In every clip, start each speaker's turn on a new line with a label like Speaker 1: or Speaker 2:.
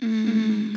Speaker 1: Contenido, Mm,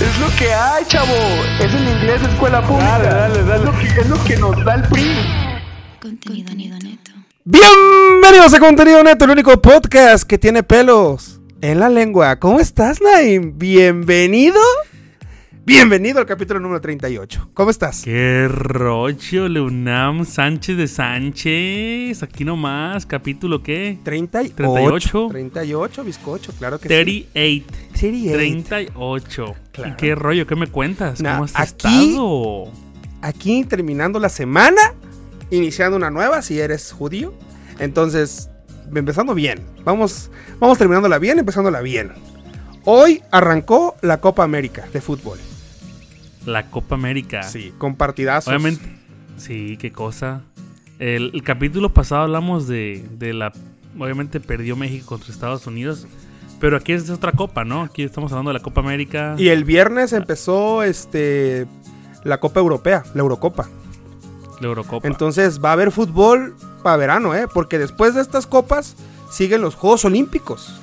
Speaker 2: Es lo que hay, chavo. Es en inglés escuela pública.
Speaker 3: Dale, dale, dale.
Speaker 2: Es lo que, es lo que nos da el PRI.
Speaker 1: Contenido, neto.
Speaker 4: Bienvenidos a Contenido Neto, el único podcast que tiene pelos en la lengua. ¿Cómo estás, Naim? Bienvenido. Bienvenido al capítulo número 38. ¿Cómo estás?
Speaker 3: Qué rocho, Leonam Sánchez de Sánchez. Aquí nomás, capítulo qué?
Speaker 4: 38.
Speaker 3: 38.
Speaker 4: 38, bizcocho, claro que
Speaker 3: 38.
Speaker 4: sí. este, 38.
Speaker 3: 38.
Speaker 4: Claro.
Speaker 3: ¿Y qué rollo? ¿Qué me cuentas?
Speaker 4: Nah,
Speaker 3: ¿Cómo has
Speaker 4: aquí-
Speaker 3: estado?
Speaker 4: Aquí terminando la semana, iniciando una nueva si eres judío. Entonces, empezando bien. Vamos, vamos terminándola bien, empezándola bien. Hoy arrancó la Copa América de fútbol.
Speaker 3: La Copa América.
Speaker 4: Sí, con partidazos.
Speaker 3: Obviamente. Sí, qué cosa. El, el capítulo pasado hablamos de, de la... Obviamente perdió México contra Estados Unidos. Pero aquí es otra copa, ¿no? Aquí estamos hablando de la Copa América.
Speaker 4: Y el viernes empezó este la Copa Europea, la Eurocopa.
Speaker 3: La Eurocopa.
Speaker 4: Entonces va a haber fútbol para verano, ¿eh? Porque después de estas copas siguen los Juegos Olímpicos.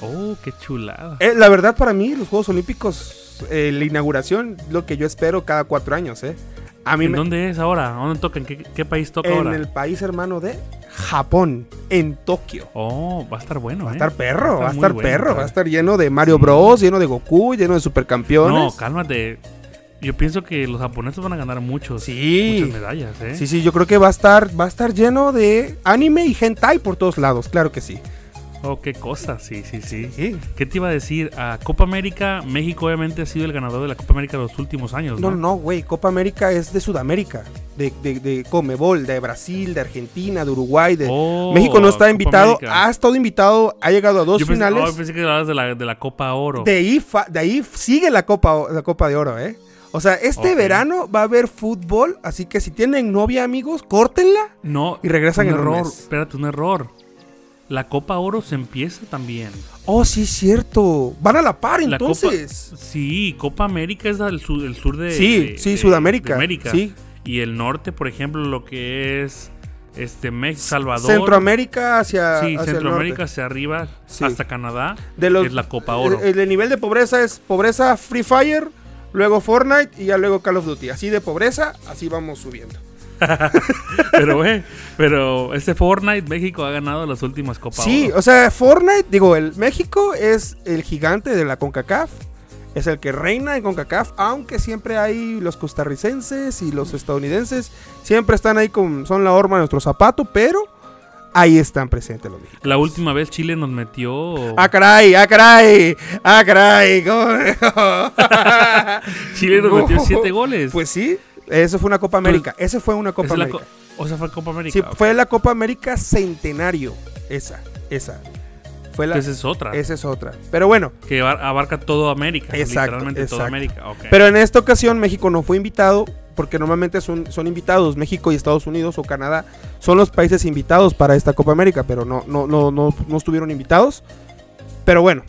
Speaker 3: oh, qué chulada.
Speaker 4: Eh, la verdad para mí los Juegos Olímpicos, eh, la inauguración, lo que yo espero cada cuatro años, ¿eh? A mí
Speaker 3: ¿En
Speaker 4: me-
Speaker 3: dónde es ahora? ¿A ¿Dónde toca? ¿En qué, qué país toca
Speaker 4: en
Speaker 3: ahora?
Speaker 4: el país hermano de Japón, en Tokio.
Speaker 3: Oh, va a estar bueno,
Speaker 4: Va a
Speaker 3: ¿eh?
Speaker 4: estar perro, va a
Speaker 3: muy
Speaker 4: estar
Speaker 3: bueno, eh.
Speaker 4: perro,
Speaker 3: claro.
Speaker 4: va a estar lleno de Mario Bros, lleno de Goku, lleno de supercampeones.
Speaker 3: No, cálmate. Yo pienso que los japoneses van a ganar muchos.
Speaker 4: Sí.
Speaker 3: Muchas medallas, ¿eh?
Speaker 4: Sí, sí, yo creo que va a estar, va a estar lleno de anime y hentai por todos lados, claro que sí.
Speaker 3: Oh, qué cosa. Sí, sí, sí.
Speaker 4: Sí.
Speaker 3: ¿Qué te iba a decir? A Copa América, México obviamente ha sido el ganador de la Copa América de los últimos años,
Speaker 4: No,
Speaker 3: ¿no?
Speaker 4: no, no, güey, Copa América es de Sudamérica, de, de, de Comebol, de Brasil, de Argentina, de Uruguay, de...
Speaker 3: Oh,
Speaker 4: México no está
Speaker 3: Copa
Speaker 4: invitado,
Speaker 3: América.
Speaker 4: ha estado invitado, ha llegado a dos
Speaker 3: Yo pensé,
Speaker 4: finales.
Speaker 3: oh, pensé que hablabas de la, de la Copa Oro.
Speaker 4: de, ahí fa- de ahí sigue la Copa, O- la Copa de Oro, ¿eh? O sea, este
Speaker 3: Ok.
Speaker 4: verano va a haber fútbol, así que si tienen novia, amigos, córtenla.
Speaker 3: No.
Speaker 4: Y regresan
Speaker 3: un
Speaker 4: en un
Speaker 3: error.
Speaker 4: mes.
Speaker 3: Espérate, un error. La Copa Oro se empieza también.
Speaker 4: Oh, sí, cierto. Van a la par,
Speaker 3: La Copa-
Speaker 4: entonces.
Speaker 3: Sí, Copa América es el sur, el sur de.
Speaker 4: Sí,
Speaker 3: de-
Speaker 4: sí,
Speaker 3: de-
Speaker 4: Sudamérica,
Speaker 3: de América.
Speaker 4: sí.
Speaker 3: Y el norte, por ejemplo, lo que es este México, Salvador.
Speaker 4: Centroamérica hacia,
Speaker 3: Sí,
Speaker 4: hacia el
Speaker 3: Centroamérica
Speaker 4: norte.
Speaker 3: hacia arriba,
Speaker 4: Sí.
Speaker 3: hasta Canadá.
Speaker 4: De los-
Speaker 3: es la Copa Oro.
Speaker 4: El, el nivel de pobreza es pobreza Free Fire, luego Fortnite y ya luego Call of Duty. Así de pobreza, así vamos subiendo.
Speaker 3: pero, eh, pero ese Fortnite, México ha ganado las últimas Copa
Speaker 4: sí,
Speaker 3: Oro.
Speaker 4: o sea, Fortnite, digo, el México es el gigante de la CONCACAF. Es el que reina en CONCACAF, aunque siempre hay los costarricenses y los estadounidenses. Siempre están ahí con, son la horma de nuestro zapato, pero ahí están presentes los mexicanos.
Speaker 3: La última vez Chile nos metió.
Speaker 4: ¡Ah, caray! ¡Ah, caray! ¡Ah, caray! ¿Cómo?
Speaker 3: Chile nos
Speaker 4: No.
Speaker 3: metió siete goles.
Speaker 4: Pues sí, eso fue una Copa América. Esa fue una Copa
Speaker 3: Esa es la
Speaker 4: América.
Speaker 3: co- o sea, fue Copa América.
Speaker 4: Sí, fue la Copa América Centenario. Esa, esa. Fue la,
Speaker 3: Entonces ah. es otra.
Speaker 4: esa es otra. Pero bueno,
Speaker 3: Que abar- abarca toda América.
Speaker 4: Exacto,
Speaker 3: literalmente toda
Speaker 4: exacto.
Speaker 3: América. ok.
Speaker 4: pero en esta ocasión México no fue invitado porque normalmente son, son invitados México y Estados Unidos o Canadá son los países invitados para esta Copa América, pero no, no, no, no, no estuvieron invitados. Pero bueno,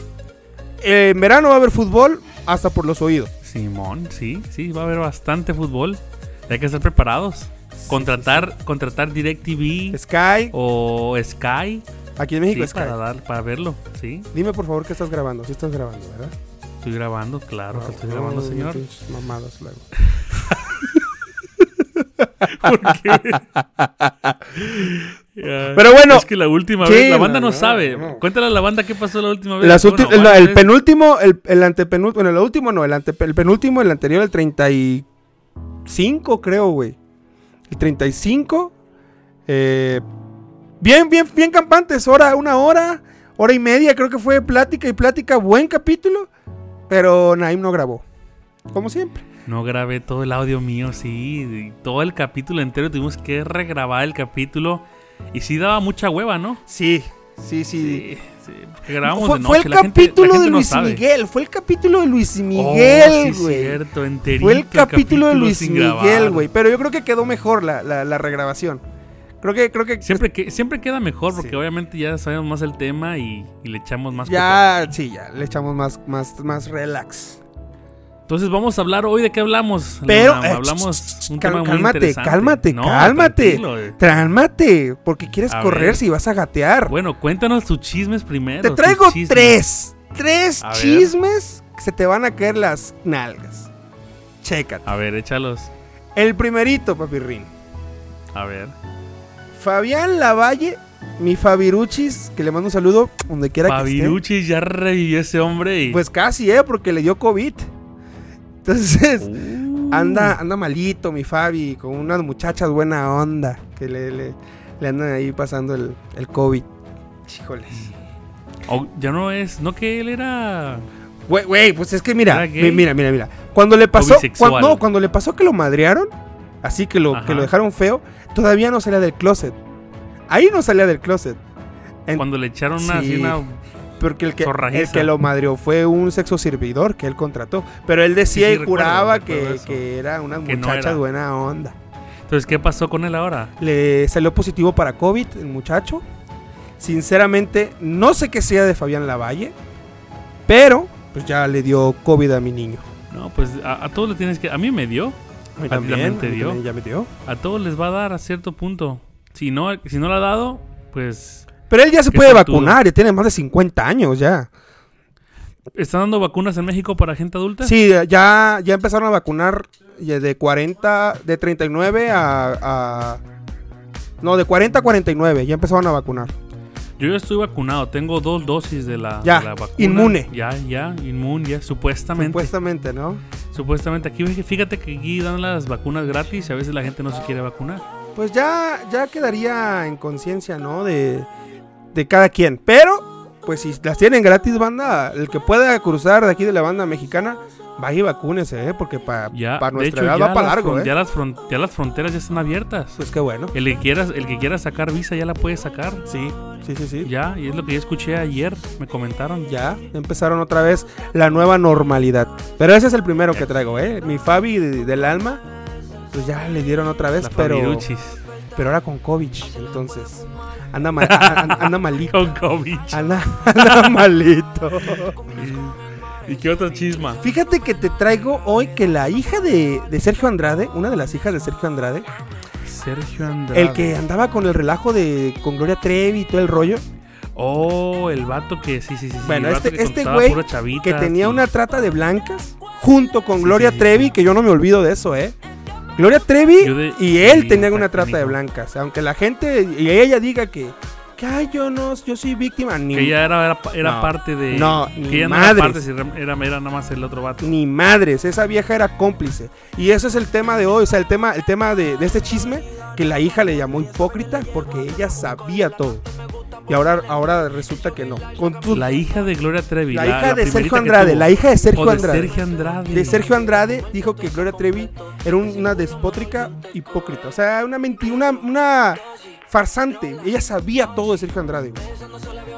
Speaker 4: eh, en verano va a haber fútbol hasta por los oídos.
Speaker 3: Simón, sí, sí, va a haber bastante fútbol. Hay que estar preparados. Contratar, contratar DirecTV
Speaker 4: Sky,
Speaker 3: o Sky,
Speaker 4: aquí en México
Speaker 3: Oh, sí,
Speaker 4: Sky.
Speaker 3: Para, dar, para verlo. Sí,
Speaker 4: Dime por favor que estás grabando, sí estás grabando, ¿verdad?
Speaker 3: estoy grabando, claro que estoy
Speaker 4: No,
Speaker 3: grabando,
Speaker 4: no,
Speaker 3: señor.
Speaker 4: pinches mamadas luego.
Speaker 3: ¿Por qué? Ya.
Speaker 4: Pero bueno.
Speaker 3: es que la última
Speaker 4: Sí,
Speaker 3: vez, la banda
Speaker 4: no,
Speaker 3: no,
Speaker 4: no,
Speaker 3: sabe.
Speaker 4: no.
Speaker 3: Cuéntale a la banda qué pasó la última vez.
Speaker 4: Las
Speaker 3: Bueno,
Speaker 4: ulti-
Speaker 3: varias
Speaker 4: la- el
Speaker 3: veces.
Speaker 4: penúltimo, el, el antepenúltimo, bueno, el último no, el, ante- el penúltimo, el anterior, el 35, creo, güey. El 35. eh, bien, bien, bien campantes, hora, una hora, hora y media, creo que fue plática y plática, buen capítulo, pero Naim no grabó. Como siempre.
Speaker 3: No grabé todo el audio mío, sí. y Todo el capítulo entero tuvimos que regrabar el capítulo. Y sí daba mucha hueva, ¿no?
Speaker 4: Sí, sí, sí.
Speaker 3: Sí, Sí, porque grabamos
Speaker 4: fue,
Speaker 3: de
Speaker 4: fue
Speaker 3: noche,
Speaker 4: el
Speaker 3: la gente- la
Speaker 4: capítulo
Speaker 3: gente
Speaker 4: de
Speaker 3: no
Speaker 4: Luis
Speaker 3: sabe.
Speaker 4: Miguel. Fue el capítulo de Luis
Speaker 3: Oh,
Speaker 4: Miguel,
Speaker 3: sí,
Speaker 4: güey.
Speaker 3: cierto, enterito
Speaker 4: Fue el capítulo de Luis
Speaker 3: sin grabar.
Speaker 4: Miguel, güey. Pero yo creo que quedó mejor la, la, la regrabación. Creo que, creo que
Speaker 3: Siempre, que, siempre queda mejor porque
Speaker 4: Sí.
Speaker 3: obviamente ya sabemos más el tema y, y le echamos más
Speaker 4: ya, sí, ya, le echamos más, más, más relax.
Speaker 3: coco. Entonces vamos a hablar hoy de qué hablamos.
Speaker 4: Pero,
Speaker 3: Leona?
Speaker 4: eh,
Speaker 3: hablamos un
Speaker 4: cal-
Speaker 3: tema muy
Speaker 4: cálmate,
Speaker 3: interesante.
Speaker 4: cálmate,
Speaker 3: No,
Speaker 4: cálmate.
Speaker 3: tranquilo, eh.
Speaker 4: Trámate, porque quieres
Speaker 3: A
Speaker 4: correr
Speaker 3: ver.
Speaker 4: si vas a gatear.
Speaker 3: Bueno, cuéntanos tus chismes primero.
Speaker 4: te
Speaker 3: tus
Speaker 4: traigo
Speaker 3: chismes.
Speaker 4: tres, tres
Speaker 3: A ver.
Speaker 4: chismes que se te van a caer las nalgas. Chécate.
Speaker 3: A ver, échalos.
Speaker 4: El primerito, papirrín.
Speaker 3: A ver.
Speaker 4: Fabián Lavalle, mi Fabiruchis, que le mando un saludo donde quiera que esté.
Speaker 3: Paviruchi ya revivió ese hombre y.
Speaker 4: Pues casi, ¿eh? Porque le dio COVID. Entonces,
Speaker 3: Uh.
Speaker 4: anda, anda malito mi Fabi, con unas muchachas buena onda que le, le- le andan ahí pasando el, el COVID. Híjoles.
Speaker 3: Oh, ya no es. No que él era.
Speaker 4: Güey, güey, pues es que mira,
Speaker 3: ¿Era
Speaker 4: mi-
Speaker 3: gay?
Speaker 4: mira, mira, mira. Cuando le pasó,
Speaker 3: bisexual.
Speaker 4: cuan- no, cuando le pasó que lo madrearon, así que lo, que
Speaker 3: Ajá.
Speaker 4: lo dejaron feo, todavía no salía del closet. Ahí no salía del closet. En-
Speaker 3: Cuando le echaron una, así
Speaker 4: Sí.
Speaker 3: una-
Speaker 4: Porque el que,
Speaker 3: Zorrajiza.
Speaker 4: el que lo madrió fue un sexo servidor que él contrató. Pero él decía
Speaker 3: Sí,
Speaker 4: y
Speaker 3: sí,
Speaker 4: juraba
Speaker 3: recuerdo, recuerdo
Speaker 4: que,
Speaker 3: eso.
Speaker 4: que eran unas
Speaker 3: Que no
Speaker 4: muchachas
Speaker 3: era.
Speaker 4: buena onda.
Speaker 3: Entonces, ¿qué pasó con él ahora?
Speaker 4: Le salió positivo para COVID el muchacho. Sinceramente, no sé qué sea de Fabián Lavalle, pero pues ya le dio COVID a mi niño.
Speaker 3: No, pues a, a todos le tienes que. A mí me dio.
Speaker 4: A mí
Speaker 3: también,
Speaker 4: también,
Speaker 3: te
Speaker 4: a mí
Speaker 3: dio.
Speaker 4: también ya me dio.
Speaker 3: A todos les va a dar a cierto punto. Si no, si no la ha dado, pues.
Speaker 4: Pero él ya se
Speaker 3: Qué
Speaker 4: puede
Speaker 3: sortudo.
Speaker 4: vacunar, ya tiene más de 50 años ya.
Speaker 3: ¿Están dando vacunas en México para gente adulta?
Speaker 4: Sí, ya, ya empezaron a vacunar ya de 40, de 39 a, a- No, de 40 a 49, ya empezaron a vacunar.
Speaker 3: Yo ya estoy vacunado, tengo dos dosis de la,
Speaker 4: Ya,
Speaker 3: de la vacuna.
Speaker 4: inmune.
Speaker 3: Ya, ya, inmune, ya, supuestamente.
Speaker 4: Supuestamente, ¿no?
Speaker 3: Supuestamente. Aquí fíjate que aquí dan las vacunas gratis y a veces la gente no se quiere vacunar.
Speaker 4: Pues ya, ya quedaría en conciencia, ¿no? De, de cada quien. Pero, pues si las tienen gratis, banda, el que pueda cruzar de aquí de la banda mexicana, vaya y vacúnese, ¿eh? Porque para
Speaker 3: Ya, de
Speaker 4: nuestra
Speaker 3: hecho,
Speaker 4: edad
Speaker 3: ya,
Speaker 4: va para
Speaker 3: las
Speaker 4: largo,
Speaker 3: fron-
Speaker 4: ¿eh?
Speaker 3: ya las fron- ya las fronteras ya están abiertas.
Speaker 4: Pues qué bueno.
Speaker 3: El que, quiera, el que quiera sacar visa ya la puede sacar.
Speaker 4: Sí, sí, sí, sí.
Speaker 3: Ya, y es lo que yo escuché ayer, me comentaron.
Speaker 4: Ya empezaron otra vez la nueva normalidad. Pero ese es el primero que traigo, ¿eh? Mi Fabi de- del alma, pues ya le dieron otra vez,
Speaker 3: La
Speaker 4: pero,
Speaker 3: Fabiruchis.
Speaker 4: pero ahora con COVID. Entonces, anda, mal- an- an- anda malito.
Speaker 3: Con COVID.
Speaker 4: Anda, anda malito.
Speaker 3: ¿Y qué otro chisma?
Speaker 4: Fíjate que te traigo hoy que la hija de, de Sergio Andrade, una de las hijas de Sergio Andrade,
Speaker 3: Sergio Andrade.
Speaker 4: el que andaba con el relajo de con Gloria Trevi y todo el rollo,
Speaker 3: Oh, el vato que sí, sí, sí. sí,
Speaker 4: Bueno,
Speaker 3: el vato
Speaker 4: este-
Speaker 3: que
Speaker 4: este
Speaker 3: contaba
Speaker 4: güey
Speaker 3: pura chavita,
Speaker 4: que tenía
Speaker 3: sí.
Speaker 4: una trata de blancas junto con
Speaker 3: Sí,
Speaker 4: Gloria
Speaker 3: sí, sí.
Speaker 4: Trevi, que yo no me olvido de eso, ¿eh? Gloria Trevi
Speaker 3: Yo de-
Speaker 4: y él
Speaker 3: sí,
Speaker 4: tenían una
Speaker 3: está
Speaker 4: trata de
Speaker 3: canijo.
Speaker 4: blancas, aunque la gente y ella diga que, que ay, yo no, yo soy víctima ni
Speaker 3: Que ella era, era, era
Speaker 4: No.
Speaker 3: parte de.
Speaker 4: No,
Speaker 3: que
Speaker 4: ni
Speaker 3: ella no era
Speaker 4: madres.
Speaker 3: parte, si era, era, era nada más el otro vato.
Speaker 4: ni madres, esa vieja era cómplice. Y eso es el tema de hoy, o sea, el tema el tema de, de este chisme que la hija le llamó hipócrita porque ella sabía todo. Y ahora ahora resulta que no. Con tu- la,
Speaker 3: La hija de Gloria Trevi.
Speaker 4: hija de
Speaker 3: primerita
Speaker 4: Sergio
Speaker 3: que
Speaker 4: Andrade,
Speaker 3: tuvo.
Speaker 4: la hija de Sergio
Speaker 3: O de
Speaker 4: Andrade.
Speaker 3: Sergio Andrade.
Speaker 4: de Sergio Andrade dijo que Gloria Trevi era un- una despótrica hipócrita. O sea, una mentira, una, una farsante. Ella sabía todo de Sergio Andrade. güey.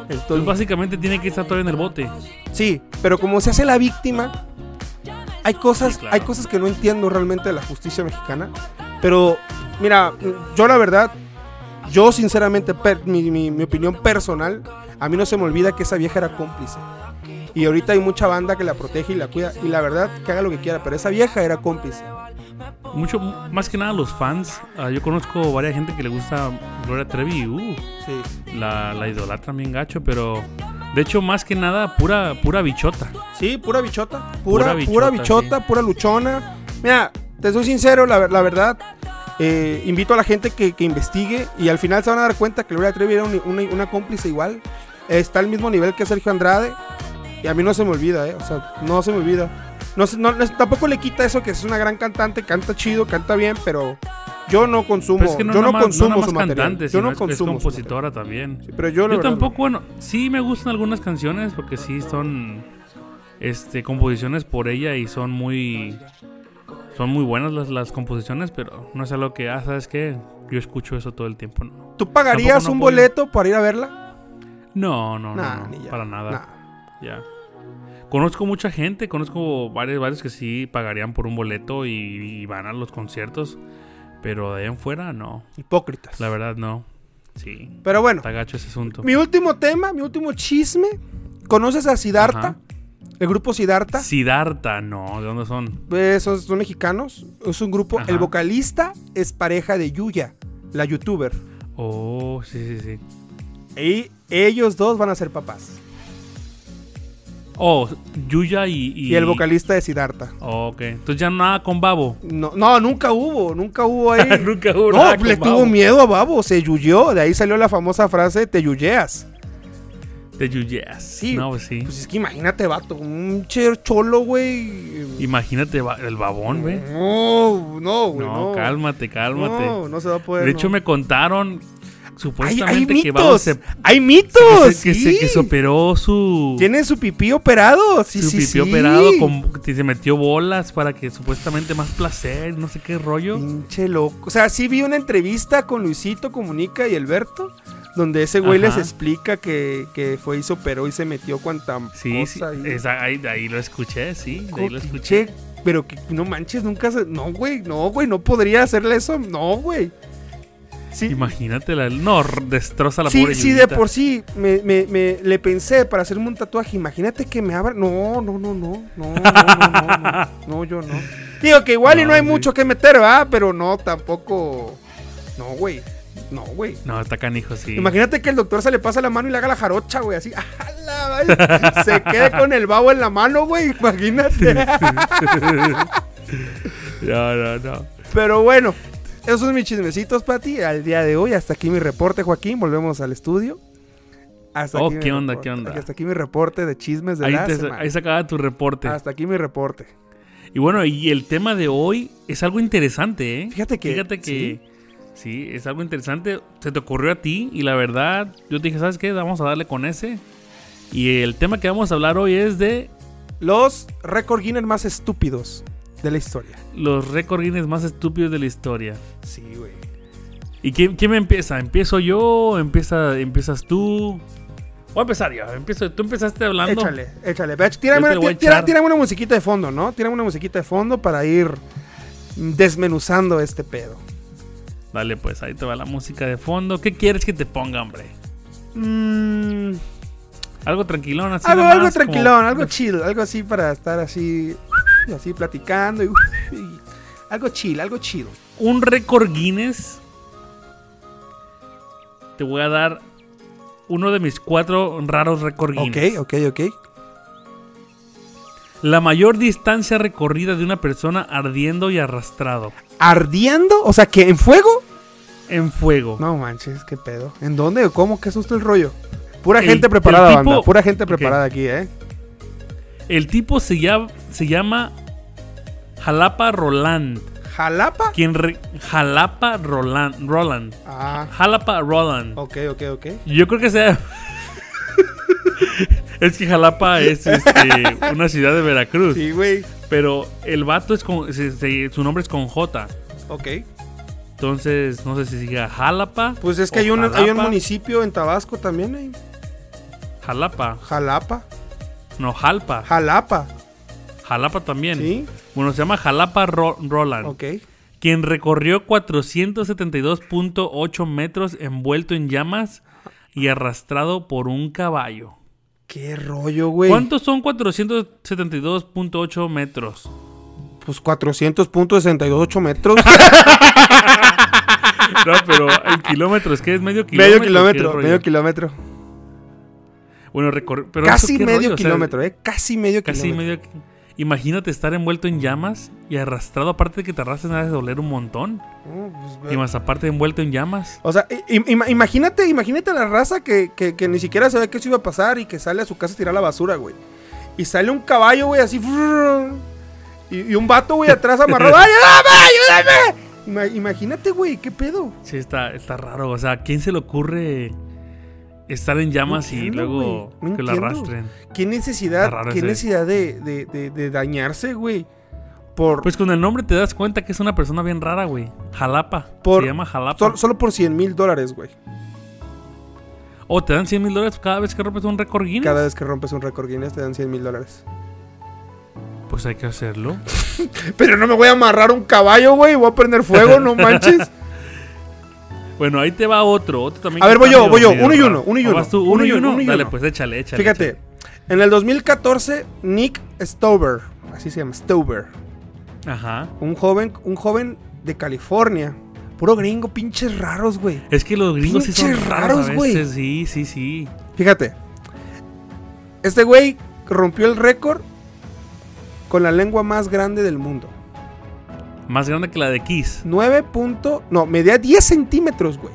Speaker 3: Pues
Speaker 4: Entonces,
Speaker 3: básicamente tiene que estar todavía en el bote.
Speaker 4: sí, pero como se hace la víctima, hay cosas,
Speaker 3: Sí, claro.
Speaker 4: hay cosas que no entiendo realmente de la justicia mexicana. Pero, mira, yo la verdad, yo sinceramente, per- mi, mi- mi opinión personal, a mí no se me olvida que esa vieja era cómplice. Y ahorita hay mucha banda que la protege y la cuida. Y la verdad, que haga lo que quiera. Pero esa vieja era cómplice.
Speaker 3: Mucho, más que nada los fans. ah, yo conozco varias gente que le gusta Gloria Trevi. y, Uh,
Speaker 4: Sí.
Speaker 3: la, la idolatran bien gacho, pero. De hecho, más que nada, pura, pura bichota.
Speaker 4: Sí, pura bichota.
Speaker 3: Pura
Speaker 4: Pura, pura bichota,
Speaker 3: bichota,
Speaker 4: pura, luchona. Mira, te soy sincero, la, ver- la verdad. eh, invito a la gente que, que investigue y al final se van a dar cuenta que Gloria Trevi era un- una, una cómplice igual. Está al mismo nivel que Sergio Andrade. Y a mí no se me olvida, ¿eh? O sea, no se me olvida. No, se- no- no- tampoco le quita eso que es una gran cantante, canta chido, canta bien, pero yo no consumo,
Speaker 3: Pero es que no
Speaker 4: yo no
Speaker 3: nada más-
Speaker 4: consumo
Speaker 3: nada más
Speaker 4: su material.
Speaker 3: cantante,
Speaker 4: yo
Speaker 3: sino
Speaker 4: no
Speaker 3: es, es
Speaker 4: consumo su material.
Speaker 3: compositora también.
Speaker 4: Sí, pero yo, la
Speaker 3: Yo
Speaker 4: verdad, no.
Speaker 3: tampoco, bueno, sí me gustan algunas canciones porque sí son este composiciones por ella y son muy son muy buenas las, las composiciones, pero no es algo que ah, sabes qué, yo escucho eso todo el tiempo, ¿no?
Speaker 4: ¿Tú pagarías
Speaker 3: Tampoco no
Speaker 4: un
Speaker 3: apoyo.
Speaker 4: boleto para ir a verla?
Speaker 3: No, no, no,
Speaker 4: Nah,
Speaker 3: no,
Speaker 4: ni ya.
Speaker 3: para nada.
Speaker 4: Nah.
Speaker 3: Ya. Conozco mucha gente, conozco varios, varios que sí pagarían por un boleto y, y van a los conciertos, pero de ahí en fuera no.
Speaker 4: Hipócritas.
Speaker 3: La verdad no. Sí.
Speaker 4: Pero bueno,
Speaker 3: Está gacho ese asunto.
Speaker 4: mi último tema, mi último chisme. ¿Conoces a Sidarta?
Speaker 3: Ajá.
Speaker 4: El grupo Sidarta.
Speaker 3: Sidarta, no, ¿de dónde son?
Speaker 4: Esos son mexicanos. Es un grupo.
Speaker 3: Ajá.
Speaker 4: El vocalista es pareja de Yuya, la youtuber.
Speaker 3: Oh, sí, sí, sí.
Speaker 4: Y ellos dos van a ser papás.
Speaker 3: Oh, Yuya y. Y,
Speaker 4: Y, el vocalista de Sidarta.
Speaker 3: Oh, ok. Entonces ya nada con Babo.
Speaker 4: No, no, nunca hubo, nunca hubo ahí.
Speaker 3: Nunca hubo
Speaker 4: no,
Speaker 3: nada con
Speaker 4: le tuvo
Speaker 3: Babo.
Speaker 4: miedo a Babo, se yuyeó. De ahí salió la famosa frase, te yuyeas.
Speaker 3: De Yuya.
Speaker 4: Sí.
Speaker 3: No, pues sí.
Speaker 4: Pues es que imagínate, vato, un che- cholo, güey.
Speaker 3: Imagínate ba- el babón, güey.
Speaker 4: No, no, güey.
Speaker 3: No,
Speaker 4: No,
Speaker 3: cálmate, cálmate.
Speaker 4: No, no se va a poder.
Speaker 3: de hecho,
Speaker 4: no.
Speaker 3: me contaron
Speaker 4: hay,
Speaker 3: supuestamente
Speaker 4: hay
Speaker 3: que Babo
Speaker 4: mitos.
Speaker 3: se
Speaker 4: Hay
Speaker 3: que
Speaker 4: mitos.
Speaker 3: se, que se-
Speaker 4: sí.
Speaker 3: que se operó su,
Speaker 4: Tiene su pipí operado. Sí,
Speaker 3: su
Speaker 4: sí,
Speaker 3: pipí
Speaker 4: sí.
Speaker 3: operado, con, que se metió bolas para que supuestamente más placer, no sé qué rollo.
Speaker 4: Pinche loco. O sea, sí vi una entrevista con Luisito Comunica y Alberto, donde ese güey
Speaker 3: Ajá.
Speaker 4: les explica que, que fue y se operó y se metió cuanta
Speaker 3: Sí, sí,
Speaker 4: cosa ahí.
Speaker 3: esa- ahí, de ahí lo escuché, sí, de ahí lo escuché.
Speaker 4: Pinche, pero que no manches, nunca se... No, güey, no, güey, no podría hacerle eso. No, güey. Sí,
Speaker 3: Imagínate, la, no, r- destroza la
Speaker 4: sí,
Speaker 3: pobre
Speaker 4: sí, de
Speaker 3: Yuyita.
Speaker 4: por sí me, me- me- le pensé para hacerme un tatuaje. Imagínate que me abra. No, no, no, no, no, no, no, no, no, yo no. Digo que igual y
Speaker 3: No,
Speaker 4: no hay
Speaker 3: güey.
Speaker 4: mucho que meter, ¿va? Pero no, tampoco. No, güey. No, güey.
Speaker 3: No, está canijo, sí.
Speaker 4: Imagínate que el doctor se le pasa la mano y le haga la jarocha, güey, así. ¡Ah, la madre! se quede con el babo en la mano, güey. Imagínate.
Speaker 3: No, no, no.
Speaker 4: Pero bueno, esos son mis chismecitos, Pati. Al día de hoy, hasta aquí mi reporte, Joaquín. Volvemos al estudio. Hasta
Speaker 3: Oh,
Speaker 4: mi
Speaker 3: ¿qué onda,
Speaker 4: reporte.
Speaker 3: qué onda?
Speaker 4: Hasta aquí mi reporte de chismes de
Speaker 3: Ahí,
Speaker 4: la
Speaker 3: te-
Speaker 4: semana. Ah,
Speaker 3: ahí se acaba tu reporte.
Speaker 4: Hasta aquí mi reporte.
Speaker 3: Y bueno, y el tema de hoy es algo interesante, ¿eh?
Speaker 4: Fíjate que-
Speaker 3: Fíjate que. Sí, es algo interesante. Se te ocurrió a ti y la verdad, yo te dije, ¿sabes qué? Vamos a darle con ese. Y el tema que vamos a hablar hoy es de
Speaker 4: Los récord Guinness más estúpidos de la historia.
Speaker 3: los récord Guinness más estúpidos de la historia.
Speaker 4: Sí, güey.
Speaker 3: ¿Y quién, quién me empieza? ¿Empiezo yo? ¿Empieza, ¿Empiezas tú? Voy a empezar yo. Empiezo, tú empezaste hablando.
Speaker 4: Échale, échale. Ve, Tírame,
Speaker 3: Yo te lo voy a
Speaker 4: tira-
Speaker 3: echar.
Speaker 4: tírame una musiquita de fondo, ¿no? Tírame una musiquita de fondo para ir desmenuzando este pedo.
Speaker 3: Dale, pues ahí te va la música de fondo. ¿Qué quieres que te ponga, hombre?
Speaker 4: Mmm.
Speaker 3: Mm, Algo tranquilón, así.
Speaker 4: algo,
Speaker 3: nomás,
Speaker 4: algo
Speaker 3: como-
Speaker 4: tranquilón, algo chill, algo así para estar así, así platicando y, y- algo chill, algo chido.
Speaker 3: un récord Guinness. Te voy a dar uno de mis cuatro raros récord Guinness.
Speaker 4: ok, ok.
Speaker 3: La mayor distancia recorrida de una persona ardiendo y arrastrado
Speaker 4: Ardiendo, o sea, que en fuego.
Speaker 3: en fuego.
Speaker 4: No manches, qué pedo. ¿En dónde? ¿Cómo? ¿Qué susto el rollo? Pura
Speaker 3: El-
Speaker 4: gente preparada,
Speaker 3: el tipo-
Speaker 4: banda. Pura gente
Speaker 3: Ok.
Speaker 4: preparada aquí, ¿eh?
Speaker 3: El tipo se, llama- se llama Jalapa Roland.
Speaker 4: Jalapa.
Speaker 3: Quien re- Jalapa Roland. Roland.
Speaker 4: Ah,
Speaker 3: Jalapa Roland.
Speaker 4: ok, ok, ok.
Speaker 3: Yo creo que sea. es que Jalapa es este, una ciudad de Veracruz.
Speaker 4: Sí, güey.
Speaker 3: Pero el vato es con. se- se- su nombre es con J.
Speaker 4: Ok.
Speaker 3: Entonces, no sé si siga Jalapa.
Speaker 4: Pues es que
Speaker 3: o
Speaker 4: hay un, hay un
Speaker 3: Jalapa.
Speaker 4: municipio en Tabasco también, ¿eh?
Speaker 3: Jalapa.
Speaker 4: Jalapa.
Speaker 3: No, Jalpa.
Speaker 4: Jalapa.
Speaker 3: Jalapa también.
Speaker 4: Sí.
Speaker 3: Bueno, se llama Jalapa Ro- Roland.
Speaker 4: Ok.
Speaker 3: Quien recorrió 472.8 metros envuelto en llamas y arrastrado por un caballo.
Speaker 4: Qué rollo, güey.
Speaker 3: ¿Cuántos son 472.8 metros?
Speaker 4: Pues 400.628 metros.
Speaker 3: No, pero en kilómetros, ¿qué es? ¿Medio kilómetro?
Speaker 4: medio
Speaker 3: ¿Qué
Speaker 4: kilómetro,
Speaker 3: rollo?
Speaker 4: medio kilómetro.
Speaker 3: Bueno, recor- pero
Speaker 4: Casi
Speaker 3: ¿eso qué
Speaker 4: medio
Speaker 3: rollo? O sea,
Speaker 4: kilómetro, eh. Casi medio
Speaker 3: Casi
Speaker 4: kilómetro.
Speaker 3: medio. Imagínate estar envuelto en llamas y arrastrado, aparte de que te arrastren a doler un montón.
Speaker 4: No, pues,
Speaker 3: Y más aparte envuelto en llamas.
Speaker 4: O sea, i- im- imagínate, imagínate la raza que, que- que ni siquiera sabía que eso iba a pasar y que sale a su casa a tirar la basura, güey. Y sale un caballo, güey, así. frrr, Y, y un vato, güey, atrás amarrado. ¡Ayúdame! ¡Ayúdame! Ima- imagínate, güey, qué pedo.
Speaker 3: Sí, está, está raro. O sea, ¿a quién se le ocurre estar en llamas y
Speaker 4: entiendo,
Speaker 3: luego
Speaker 4: güey. No
Speaker 3: que lo
Speaker 4: entiendo.
Speaker 3: arrastren?
Speaker 4: Qué necesidad,
Speaker 3: Está raro
Speaker 4: qué
Speaker 3: ese.
Speaker 4: necesidad de, de- de- de dañarse, güey. Por,
Speaker 3: Pues con el nombre te das cuenta que es una persona bien rara, güey. Jalapa.
Speaker 4: Por-
Speaker 3: ah, se llama Jalapa.
Speaker 4: sol- solo por 100 mil dólares, güey.
Speaker 3: O te dan 100 mil dólares cada vez que rompes un récord Guinness.
Speaker 4: Cada vez que rompes un récord Guinness te dan 100 mil dólares.
Speaker 3: Pues hay que hacerlo.
Speaker 4: Pero no me voy a amarrar un caballo, güey. Voy a prender fuego, no manches.
Speaker 3: Bueno, ahí te va otro. otro también
Speaker 4: A
Speaker 3: que
Speaker 4: ver, voy
Speaker 3: está
Speaker 4: yo,
Speaker 3: medio
Speaker 4: voy yo.
Speaker 3: dormido,
Speaker 4: Uno y
Speaker 3: ¿verdad?
Speaker 4: uno, uno y
Speaker 3: ¿O
Speaker 4: uno.
Speaker 3: vas tú?
Speaker 4: Uno
Speaker 3: uno
Speaker 4: y
Speaker 3: y
Speaker 4: uno,
Speaker 3: uno.
Speaker 4: uno y
Speaker 3: Dale,
Speaker 4: uno.
Speaker 3: pues échale, échale.
Speaker 4: Fíjate, en el 2014, Nick Stover, así se llama, Stover,
Speaker 3: échale. Ajá.
Speaker 4: un joven, un joven de California, puro gringo, pinches raros, güey.
Speaker 3: Es que los gringos sí son
Speaker 4: Pinches
Speaker 3: raros,
Speaker 4: raros,
Speaker 3: a
Speaker 4: güey.
Speaker 3: veces. Sí, sí, sí.
Speaker 4: Fíjate, este güey rompió el récord con la lengua más grande del mundo.
Speaker 3: Más grande que la de Kiss.
Speaker 4: 9 punto, no, medía 10 centímetros, güey.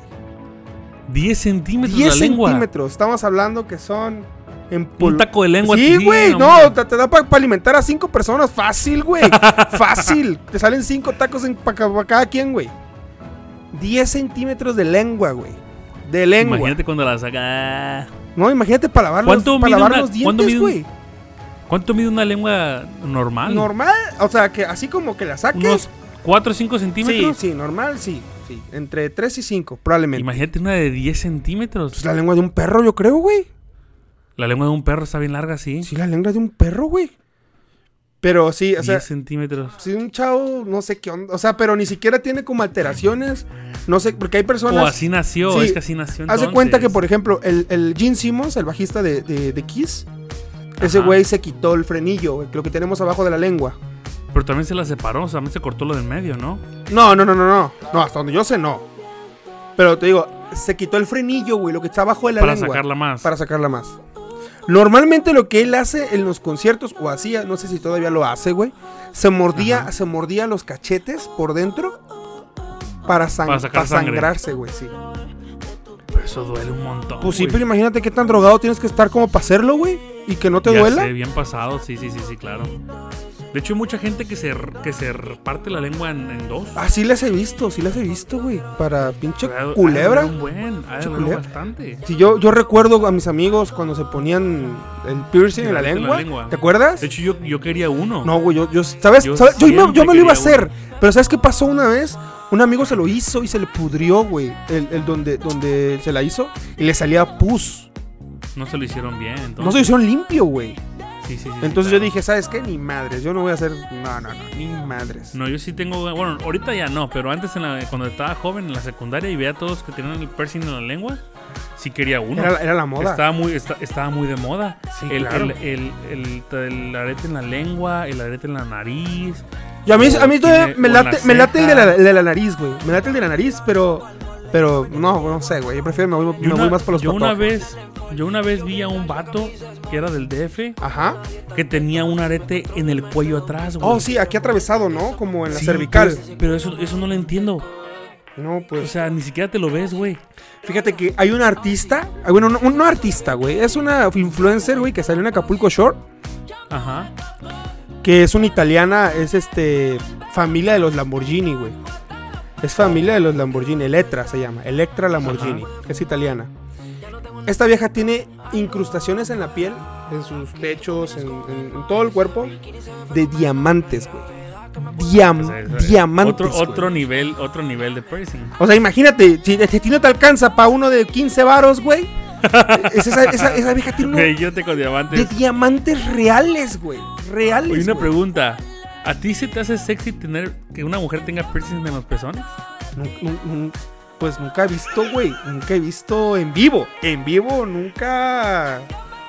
Speaker 3: 10 centímetros
Speaker 4: 10
Speaker 3: la lengua.
Speaker 4: centímetros, estamos hablando que son... En
Speaker 3: Un
Speaker 4: pul-
Speaker 3: taco de lengua.
Speaker 4: Sí,
Speaker 3: sí,
Speaker 4: güey, no,
Speaker 3: hombre.
Speaker 4: te, te da para alimentar a cinco personas, fácil, güey. fácil. Te salen cinco tacos para cada quien, güey. 10 centímetros de lengua, güey. De lengua.
Speaker 3: Imagínate cuando la saca.
Speaker 4: No, imagínate para lavar, los,
Speaker 3: ¿Cuánto
Speaker 4: para
Speaker 3: mide
Speaker 4: lavar
Speaker 3: una-
Speaker 4: los
Speaker 3: cuánto mide
Speaker 4: dientes,
Speaker 3: un-
Speaker 4: güey.
Speaker 3: ¿Cuánto mide una lengua normal?
Speaker 4: Normal, o sea, que así como que la saques.
Speaker 3: Unos 4 o 5
Speaker 4: Sí,
Speaker 3: centímetros.
Speaker 4: sí, normal, sí, sí. Entre 3 y 5, probablemente.
Speaker 3: Imagínate una de 10 centímetros.
Speaker 4: Pues la lengua de un perro, yo creo, güey.
Speaker 3: La lengua de un perro está bien larga, sí.
Speaker 4: Sí, la lengua de un perro, güey. Pero sí, o sea,
Speaker 3: 10 centímetros.
Speaker 4: Si un chavo, no sé qué onda. O sea, pero ni siquiera tiene como alteraciones. No sé, porque hay personas.
Speaker 3: O así nació,
Speaker 4: Sí,
Speaker 3: es que así nació.
Speaker 4: Haz de cuenta que,
Speaker 3: entonces.
Speaker 4: por ejemplo, el, el Gene Simmons, el bajista de, de- de Kiss, ese
Speaker 3: Ajá.
Speaker 4: güey se quitó el frenillo, güey, lo que tenemos abajo de la lengua. e-
Speaker 3: Pero también se la separó, o sea, también se cortó lo del medio, ¿no?
Speaker 4: No, no, no, no, no. No, hasta donde yo sé, no. Pero te digo, se quitó el frenillo, güey, lo que está abajo de la
Speaker 3: Para
Speaker 4: lengua.
Speaker 3: sacarla más.
Speaker 4: Para sacarla más. Normalmente lo que él hace en los conciertos, o hacía, no sé si todavía lo hace, güey, se mordía, se mordía los cachetes por dentro para, sang-
Speaker 3: Para sacar sangre.
Speaker 4: para sangrarse, güey, sí.
Speaker 3: Pero eso duele un montón.
Speaker 4: Pues sí,
Speaker 3: güey.
Speaker 4: pero imagínate qué tan drogado tienes que estar como para hacerlo, güey, y que no te
Speaker 3: Ya
Speaker 4: duela.
Speaker 3: sé, bien pasado, sí, sí, sí, sí, claro. De hecho, hay mucha gente que se, que se parte la lengua en, en dos.
Speaker 4: Así las he visto, sí las he visto, güey, para Ah, pinche
Speaker 3: Ha de- ha de
Speaker 4: culebra.
Speaker 3: doler Un buen, ha de
Speaker 4: Pinche
Speaker 3: doler
Speaker 4: culebra.
Speaker 3: bastante.
Speaker 4: Si yo, yo recuerdo a mis amigos cuando se ponían el piercing en la
Speaker 3: Tirarte la
Speaker 4: lengua,
Speaker 3: lengua.
Speaker 4: ¿te acuerdas?
Speaker 3: De hecho, yo, yo quería uno.
Speaker 4: No, güey, yo, yo- ¿sabes?
Speaker 3: Yo
Speaker 4: ¿sabes? Yo, me- yo
Speaker 3: siempre
Speaker 4: me lo iba a
Speaker 3: quería
Speaker 4: hacer, pero ¿sabes qué pasó una vez? Un amigo se lo hizo y se le pudrió, güey, el, el donde, donde se la hizo y le salía pus.
Speaker 3: No se lo hicieron bien. Entonces.
Speaker 4: No se lo hicieron limpio, güey.
Speaker 3: Sí, sí, sí, sí,
Speaker 4: Entonces yo
Speaker 3: claro.
Speaker 4: dije, ¿sabes qué? Ni madres, yo no voy a hacer, no, no, no, ni madres.
Speaker 3: No, yo sí tengo. Bueno, ahorita ya no, pero antes en la- cuando estaba joven en la secundaria y veía a todos que tenían el piercing en la lengua, sí quería uno.
Speaker 4: Era, la- era la moda.
Speaker 3: Estaba muy, esta- estaba muy de moda.
Speaker 4: Sí,
Speaker 3: el,
Speaker 4: claro.
Speaker 3: el- el- el- el arete en la lengua, el arete en la nariz.
Speaker 4: Yo a mí, a mí
Speaker 3: o
Speaker 4: todavía
Speaker 3: tiene- o
Speaker 4: me
Speaker 3: en
Speaker 4: late,
Speaker 3: la
Speaker 4: me late el de la,
Speaker 3: ceja.
Speaker 4: el de la nariz, güey. Me late el de la nariz, pero, pero no, no sé, güey. Yo prefiero, me voy,
Speaker 3: Yo,
Speaker 4: me
Speaker 3: una,
Speaker 4: voy más por los
Speaker 3: yo una
Speaker 4: tatuajes.
Speaker 3: vez, yo una vez vi a un vato que era del DF
Speaker 4: Ajá.
Speaker 3: que tenía un arete en el cuello atrás, güey.
Speaker 4: Oh, sí, aquí atravesado, ¿no? Como en la
Speaker 3: Sí, pues.
Speaker 4: cervical.
Speaker 3: Pero, pero eso, eso no lo entiendo.
Speaker 4: No,
Speaker 3: O
Speaker 4: pues.
Speaker 3: sea, ni siquiera te lo ves, güey.
Speaker 4: Fíjate que hay un artista, ah, bueno, no, un- no artista, güey, es una influencer, güey, que salió en Acapulco Shore,
Speaker 3: Ajá.
Speaker 4: Mm, que es una italiana, es este, familia de los Lamborghini, güey. Es familia de los Lamborghini, Electra se llama, Electra Lamborghini, es italiana. Esta vieja tiene incrustaciones en la piel, en sus pechos, en, en- en todo el cuerpo, de diamantes, güey. Diam-
Speaker 3: O sea, eso es-
Speaker 4: diamantes.
Speaker 3: Otro,
Speaker 4: güey.
Speaker 3: otro nivel, otro nivel de piercing.
Speaker 4: O sea, imagínate, si a ti no te alcanza para uno de 15 varos, güey. es esa, esa, esa vieja tiene uno
Speaker 3: Güey, yo te con
Speaker 4: de
Speaker 3: diamantes.
Speaker 4: diamantes reales, güey. Reales.
Speaker 3: Oye, una
Speaker 4: güey.
Speaker 3: pregunta. ¿A ti se te hace sexy tener que una mujer tenga piercing en los pezones?
Speaker 4: Nun- nun- nun- pues nunca he visto, güey. Nunca he visto en vivo. En vivo nunca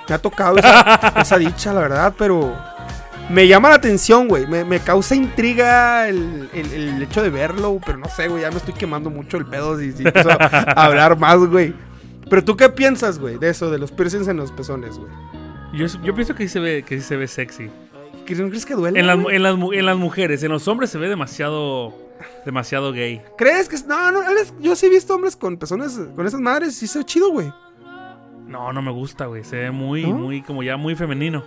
Speaker 4: me ha tocado esa, esa dicha, la verdad, pero me llama la atención, güey. Me, me causa intriga el, el- el hecho de verlo, pero no sé, güey. Ya me estoy quemando mucho el pedo si, si empiezo a hablar más, güey. Pero tú qué piensas, güey, de eso, de los piercings en los pezones, güey.
Speaker 3: Yo, yo pienso que sí se ve, que sí se ve sexy.
Speaker 4: ¿Cre- ¿No crees que duele?
Speaker 3: En las, mu-
Speaker 4: güey?
Speaker 3: en, las, mu- en las mujeres, en los hombres se ve demasiado, demasiado gay.
Speaker 4: ¿Crees que.? es- No, no, eres- yo sí he visto hombres con pezones, con esas madres, sí se ve chido, güey.
Speaker 3: No, no me gusta, güey. Se ve muy,
Speaker 4: ¿No?
Speaker 3: muy, como ya muy femenino.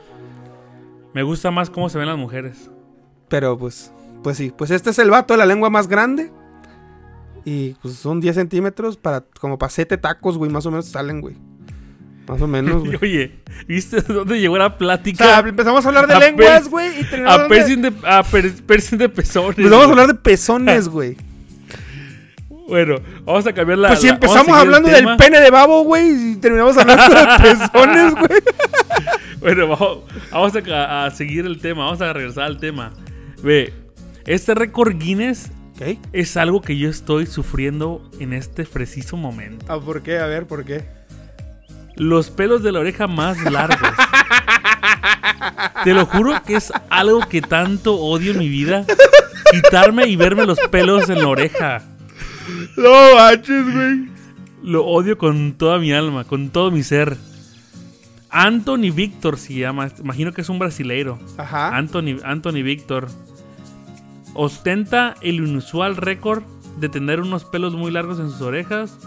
Speaker 3: Me gusta más cómo se ven las mujeres.
Speaker 4: Pero pues, pues sí, pues este es el vato de la lengua más grande. Y pues son 10 centímetros para como para 7 tacos, güey, más o menos salen, güey. Más o menos, güey.
Speaker 3: Y, Oye, ¿viste dónde llegó la
Speaker 4: O sea,
Speaker 3: plática?
Speaker 4: empezamos a hablar de
Speaker 3: a
Speaker 4: lenguas,
Speaker 3: pe-
Speaker 4: güey, y terminamos
Speaker 3: a
Speaker 4: hablando de- Pues
Speaker 3: piercing de, a per- piercing de pezones.
Speaker 4: Empezamos a
Speaker 3: güey.
Speaker 4: hablar de pezones, güey.
Speaker 3: Bueno, vamos a cambiar la.
Speaker 4: Pues si
Speaker 3: la- vamos a
Speaker 4: empezamos
Speaker 3: seguir el
Speaker 4: hablando
Speaker 3: tema.
Speaker 4: del pene de babo, güey, y terminamos hablando de pezones, güey.
Speaker 3: Bueno, vamos, vamos a ca- a seguir el tema. Vamos a regresar al tema. Ve, este récord Guinness
Speaker 4: Ok.
Speaker 3: es algo que yo estoy sufriendo en este preciso momento.
Speaker 4: Ah, ¿por qué? A ver, ¿por qué?
Speaker 3: Los pelos de la oreja más largos. Te lo juro que es algo que tanto odio en mi vida. Quitarme y verme los pelos en la oreja.
Speaker 4: No manches, güey.
Speaker 3: Lo odio con toda mi alma, con todo mi ser. Anthony Víctor se llama. Imagino que es un brasileiro.
Speaker 4: Ajá.
Speaker 3: Anthony, Anthony Víctor. Ostenta el inusual récord de tener unos pelos muy largos en sus orejas.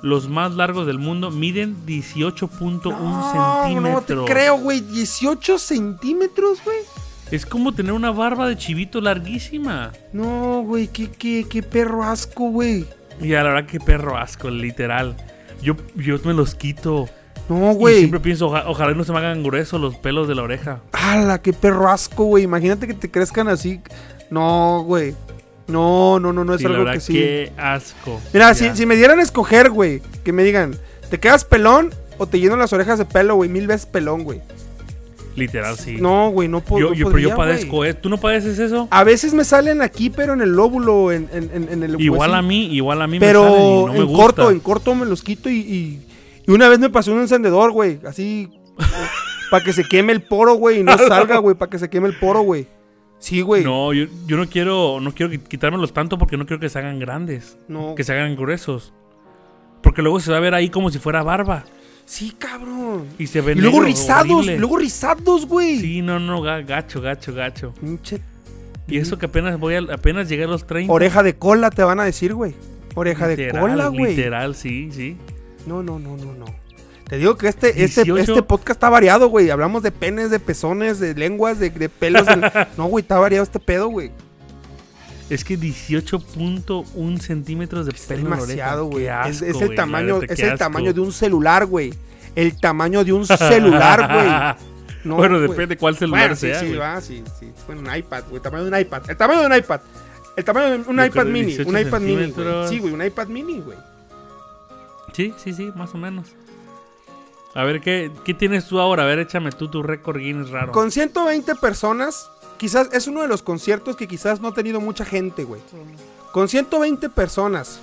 Speaker 3: Los más largos del mundo miden 18.1
Speaker 4: no
Speaker 3: centímetros.
Speaker 4: te creo, güey. 18 centímetros, güey.
Speaker 3: Es como tener una barba de chivito larguísima.
Speaker 4: No, güey, qué, qué, qué perro asco, güey.
Speaker 3: Y a la verdad, qué perro asco, literal. Yo, yo me los quito.
Speaker 4: No,
Speaker 3: Y
Speaker 4: güey.
Speaker 3: siempre pienso, "Oja- ojalá no se me hagan gruesos los pelos de la oreja.
Speaker 4: ¡Hala, qué perro asco, güey! Imagínate que te crezcan así. No, güey. No, no, no, no es
Speaker 3: Sí, la
Speaker 4: algo
Speaker 3: verdad,
Speaker 4: que sí.
Speaker 3: qué asco.
Speaker 4: Mira,
Speaker 3: Ya.
Speaker 4: si, si me dieran a escoger, güey, que me digan, ¿te quedas pelón o te lleno las orejas de pelo, güey? Mil veces pelón, güey.
Speaker 3: Literal, sí.
Speaker 4: No, güey, no puedo.
Speaker 3: yo, yo- pero yo padezco, eh. ¿Tú no padeces eso?
Speaker 4: A veces me salen aquí, pero en el lóbulo, en, en, en, en el.
Speaker 3: Igual a
Speaker 4: huesito.
Speaker 3: mí, igual a mí
Speaker 4: Pues Pero
Speaker 3: me salen y no me
Speaker 4: en
Speaker 3: gusta.
Speaker 4: corto, en corto me los quito y, y, y una vez me pasó un encendedor, güey, así para que se queme el poro, güey, y no salga, güey, para que se queme el poro, güey. Sí, güey.
Speaker 3: No, yo, yo no quiero no quiero qui- quitármelos tanto porque no quiero que se hagan grandes,
Speaker 4: No.
Speaker 3: que se hagan gruesos. Porque luego se va a ver ahí como si fuera barba
Speaker 4: Sí, cabrón.
Speaker 3: y se
Speaker 4: Y
Speaker 3: ven
Speaker 4: luego
Speaker 3: negro,
Speaker 4: rizados,
Speaker 3: horrible.
Speaker 4: luego rizados, güey.
Speaker 3: Sí, no, no, ga- gacho, gacho, gacho.
Speaker 4: Pinche
Speaker 3: Y eso que apenas voy al- apenas llegué a los 30.
Speaker 4: oreja de cola te van a decir, güey. Oreja de
Speaker 3: Literal,
Speaker 4: cola, güey.
Speaker 3: Literal, sí, sí.
Speaker 4: No, no, no, no, no. Te digo que este, este,
Speaker 3: 18.
Speaker 4: este podcast está variado, güey. Hablamos de penes, de pezones, de lenguas, de, de pelos. de- No, güey, está variado este pedo, güey.
Speaker 3: Es que 18.1 centímetros de pelo en la oreja.
Speaker 4: demasiado, güey.
Speaker 3: Qué
Speaker 4: Es,
Speaker 3: asco,
Speaker 4: es
Speaker 3: güey,
Speaker 4: el
Speaker 3: la
Speaker 4: tamaño,
Speaker 3: neta,
Speaker 4: es
Speaker 3: qué
Speaker 4: el
Speaker 3: asco.
Speaker 4: tamaño de un celular, güey. El tamaño de un celular, güey. No,
Speaker 3: bueno,
Speaker 4: güey.
Speaker 3: depende cuál celular
Speaker 4: Bueno, sí,
Speaker 3: sea.
Speaker 4: sí,
Speaker 3: güey.
Speaker 4: va, sí, sí. Bueno, un iPad, güey. Tamaño de un iPad. El tamaño de un iPad. El tamaño de un
Speaker 3: Yo creo
Speaker 4: iPad
Speaker 3: de
Speaker 4: mini. Un
Speaker 3: 18
Speaker 4: iPad mini, güey.
Speaker 3: centímetros.
Speaker 4: Sí, güey, un iPad mini, güey.
Speaker 3: sí, sí, sí, más o menos. A ver, ¿qué, ¿qué tienes tú ahora? A ver, échame tú tu récord Guinness raro.
Speaker 4: Con 120 personas, quizás es uno de los conciertos que quizás no ha tenido mucha gente, güey. Con 120 personas,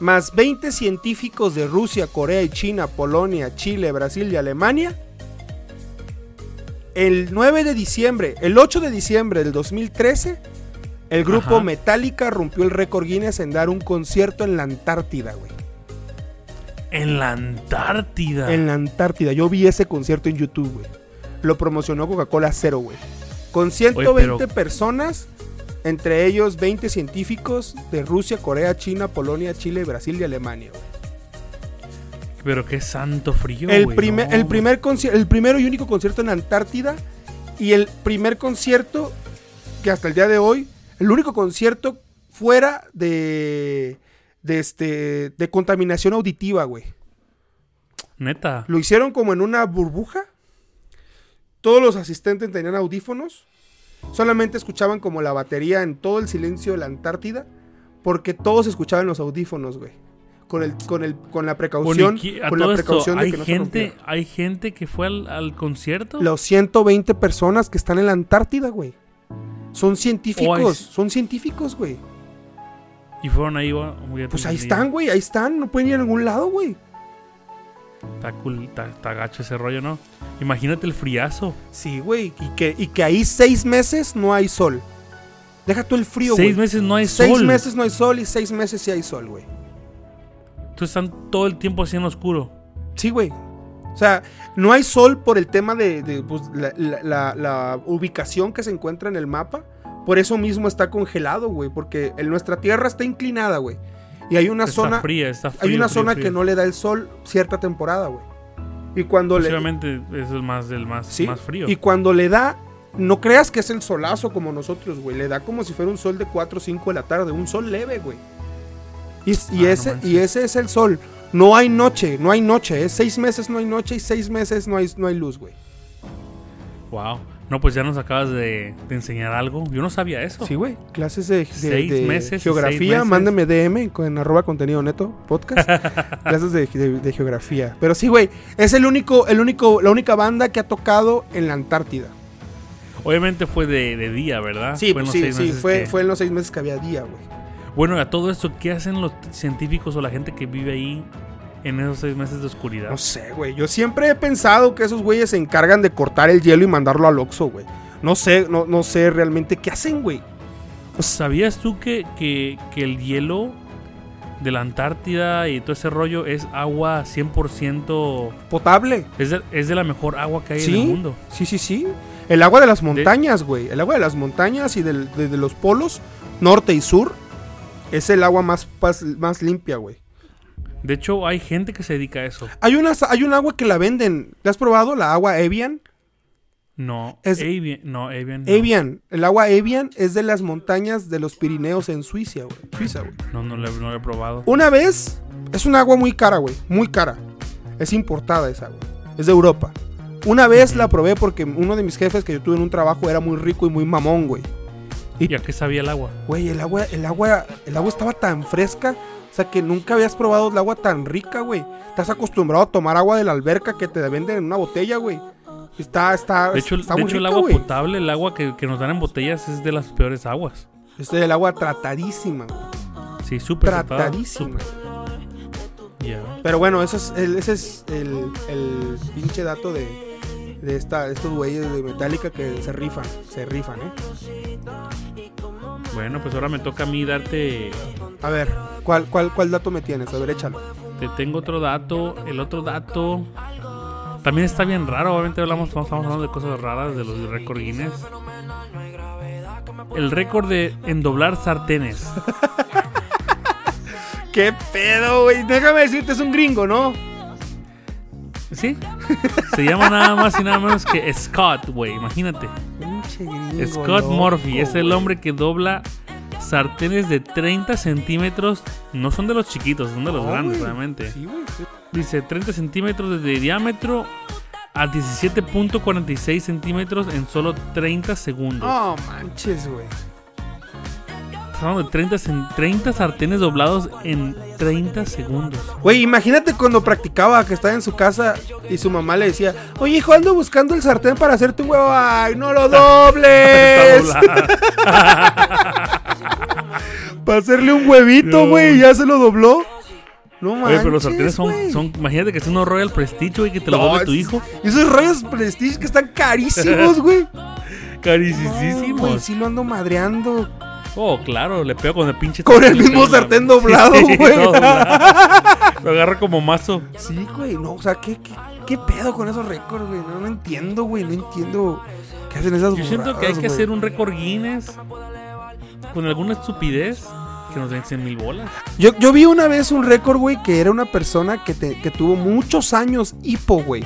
Speaker 4: más 20 científicos de Rusia, Corea y China, Polonia, Chile, Brasil y Alemania, el 9 de diciembre, el 8 de diciembre del 2013, el grupo
Speaker 3: Ajá.
Speaker 4: Metallica rompió el récord Guinness en dar un concierto en la Antártida, güey.
Speaker 3: En la Antártida.
Speaker 4: En la Antártida. Yo vi ese concierto en YouTube, güey. Lo promocionó Coca-Cola Cero, güey. Con 120
Speaker 3: pero-
Speaker 4: personas, entre ellos 20 científicos de Rusia, Corea, China, Polonia, Chile, Brasil y Alemania. güey.
Speaker 3: Pero qué santo frío.
Speaker 4: el,
Speaker 3: güey,
Speaker 4: primer,
Speaker 3: no,
Speaker 4: el,
Speaker 3: güey.
Speaker 4: primer conci- el primero y único concierto en la Antártida y el primer concierto que hasta el día de hoy, el único concierto fuera de, de, este, de contaminación auditiva, güey.
Speaker 3: Neta.
Speaker 4: Lo hicieron como en una burbuja. Todos los asistentes tenían audífonos. Solamente escuchaban como la batería en todo el silencio de la Antártida. Porque todos escuchaban los audífonos, güey. Con, el, con, el, con la
Speaker 3: Bueno,
Speaker 4: precaución,
Speaker 3: y qui- a
Speaker 4: con
Speaker 3: todo
Speaker 4: la
Speaker 3: esto,
Speaker 4: precaución de
Speaker 3: hay,
Speaker 4: que no se
Speaker 3: gente,
Speaker 4: rompiera.
Speaker 3: hay gente que fue al, al concierto.
Speaker 4: Los 120 personas que están en la Antártida, güey. Son científicos,
Speaker 3: Oh, es-
Speaker 4: son científicos, güey.
Speaker 3: Y fueron ahí. güey, muy
Speaker 4: Pues ahí
Speaker 3: atendidos.
Speaker 4: están, güey, ahí están, no pueden ir a ningún lado, güey.
Speaker 3: Está, cool, está, está gacho ese rollo, ¿no? Imagínate el friazo.
Speaker 4: Sí, güey, y que, y que ahí seis meses no hay sol. Deja tú el frío, güey.
Speaker 3: Seis meses no hay
Speaker 4: seis
Speaker 3: sol.
Speaker 4: meses no hay sol y seis meses sí hay sol, güey.
Speaker 3: Entonces están todo el tiempo así en oscuro.
Speaker 4: Sí, güey. O sea, no hay sol por el tema de, de, pues, la, la- la- la ubicación que se encuentra en el mapa. Por eso mismo está congelado, güey. Porque en nuestra tierra está inclinada, güey. Y hay una
Speaker 3: está
Speaker 4: zona,
Speaker 3: fría, está frío,
Speaker 4: hay una
Speaker 3: frío,
Speaker 4: zona
Speaker 3: frío.
Speaker 4: que no le da el sol cierta temporada, güey. Y cuando le,
Speaker 3: Posiblemente es el más, el más,
Speaker 4: Sí,
Speaker 3: más frío.
Speaker 4: Y cuando le da, no creas que es el solazo como nosotros, güey. Le da como si fuera un sol de 4 o 5 de la tarde, un sol leve, güey. Y, es- y
Speaker 3: Ah, no
Speaker 4: ese,
Speaker 3: manches.
Speaker 4: y ese es el sol. No hay noche, ¿eh? no hay noche. Es seis meses no hay noche y seis meses no hay, no hay luz, güey.
Speaker 3: Wow. No, pues ya nos acabas de, de enseñar algo. Yo no sabía eso.
Speaker 4: Sí, güey. Clases de, de-
Speaker 3: Seis
Speaker 4: de
Speaker 3: meses,
Speaker 4: geografía.
Speaker 3: seis meses.
Speaker 4: Mándame DM con arroba contenido neto podcast. clases de, de- de geografía. Pero sí, güey. Es el único, el único, la única banda que ha tocado en la Antártida.
Speaker 3: Obviamente fue de, de día, ¿verdad?
Speaker 4: sí,
Speaker 3: Ah,
Speaker 4: pues
Speaker 3: Fue en los
Speaker 4: sí,
Speaker 3: seis
Speaker 4: sí.
Speaker 3: meses
Speaker 4: Fue,
Speaker 3: que-
Speaker 4: fue en los seis meses que había día, güey.
Speaker 3: Bueno, a todo esto, ¿qué hacen los científicos o la gente que vive ahí en esos seis meses de oscuridad?
Speaker 4: No sé, güey. Yo siempre he pensado que esos güeyes se encargan de cortar el hielo y mandarlo al Oxxo, güey. No sé, no, no sé realmente qué hacen, güey.
Speaker 3: ¿Sabías tú que, que- que el hielo de la Antártida y todo ese rollo es agua 100%...
Speaker 4: Potable.
Speaker 3: Es de, es de la mejor agua que hay en el
Speaker 4: Sí,
Speaker 3: mundo.
Speaker 4: sí, sí, sí. El agua de las montañas, güey. El agua de las montañas y del- de, de los polos, norte y sur, es el agua más, pas- más limpia, güey.
Speaker 3: De hecho, hay gente que se dedica a eso.
Speaker 4: Hay, unas, hay un agua que la venden. ¿La has probado? La agua Evian.
Speaker 3: No,
Speaker 4: Es-
Speaker 3: Avian. No, Avian. no.
Speaker 4: Evian. El agua Evian es de las montañas de los Pirineos en Suiza, güey. Suiza, güey.
Speaker 3: No, no, lo he- no lo he probado.
Speaker 4: Una vez, es un agua muy cara, güey. Muy cara. Es importada esa agua. Es de Europa. Una vez la probé porque uno de mis jefes que yo tuve en un trabajo era muy rico y muy mamón, güey.
Speaker 3: ¿Y a qué sabía el agua?
Speaker 4: Güey, el agua, el agua, el agua estaba tan fresca. O sea, que nunca habías probado el agua tan rica, güey. Estás acostumbrado a tomar agua de la alberca que te venden en una botella, güey. Está, está,
Speaker 3: De hecho,
Speaker 4: Ah, está
Speaker 3: de
Speaker 4: muy
Speaker 3: hecho el
Speaker 4: rica,
Speaker 3: agua
Speaker 4: güey.
Speaker 3: potable, el agua que, que nos dan en botellas es de las peores aguas.
Speaker 4: Este es el agua tratadísima, güey.
Speaker 3: Sí, súper tratada,
Speaker 4: tratadísima.
Speaker 3: súper- Ya.
Speaker 4: Pero bueno, eso es el, ese es el, el pinche dato de, de esta, estos güeyes de Metallica que se rifan, se rifan, ¿eh?
Speaker 3: Bueno, pues ahora me toca a mí darte...
Speaker 4: A ver, ¿cuál, cuál, cuál dato me tienes? A ver, échalo.
Speaker 3: Te tengo otro dato. El otro dato... También está bien raro. Obviamente hablamos, estamos hablando de cosas raras, de los récord Guinness. El récord de en doblar sartenes.
Speaker 4: ¿Qué pedo, güey? Déjame decirte, es un gringo, ¿no?
Speaker 3: ¿Sí? Se llama nada más y nada menos que Scott, güey. Imagínate.
Speaker 4: Pinche gringo.
Speaker 3: Scott
Speaker 4: loco,
Speaker 3: Murphy es el
Speaker 4: güey.
Speaker 3: hombre que dobla sartenes de 30 centímetros. No son de los chiquitos, son de los
Speaker 4: No,
Speaker 3: grandes,
Speaker 4: güey.
Speaker 3: realmente.
Speaker 4: Sí, güey. sí.
Speaker 3: Dice 30 centímetros de diámetro a 17.46 centímetros en solo 30 segundos.
Speaker 4: No manches, güey.
Speaker 3: Estamos hablando de 30, cen- 30 sartenes doblados en 30 segundos.
Speaker 4: Güey, imagínate cuando practicaba que estaba en su casa y su mamá le decía, oye hijo, ando buscando el sartén para hacerte un huevo. Ay, no lo
Speaker 3: Está
Speaker 4: dobles.
Speaker 3: doblada.
Speaker 4: Para hacerle un huevito,
Speaker 3: No.
Speaker 4: güey, ya se lo dobló. No manches.
Speaker 3: Oye, pero los sartenes son,
Speaker 4: güey.
Speaker 3: son. Imagínate que es uno Royal Prestige, y que te lo
Speaker 4: No,
Speaker 3: doble tu
Speaker 4: es-
Speaker 3: hijo.
Speaker 4: Esos rollos Prestige que están carísimos, güey. No, güey,
Speaker 3: Carísimos.
Speaker 4: sí lo ando madreando.
Speaker 3: Oh, claro, le pego con el pinche.
Speaker 4: Con el
Speaker 3: sartén,
Speaker 4: mismo
Speaker 3: le pego
Speaker 4: sartén
Speaker 3: la-
Speaker 4: doblado, güey.
Speaker 3: todo doblado. Lo agarro como mazo.
Speaker 4: Sí, güey, no, o sea, ¿qué, qué, qué pedo con esos récords, güey? No, no entiendo, güey, no entiendo qué hacen esas
Speaker 3: Yo siento que hay
Speaker 4: burradas,
Speaker 3: que
Speaker 4: güey.
Speaker 3: hacer un récord Guinness con alguna estupidez que nos den 100 mil bolas.
Speaker 4: Yo, yo vi una vez un récord, güey, que era una persona que, te- que tuvo muchos años hipo, güey.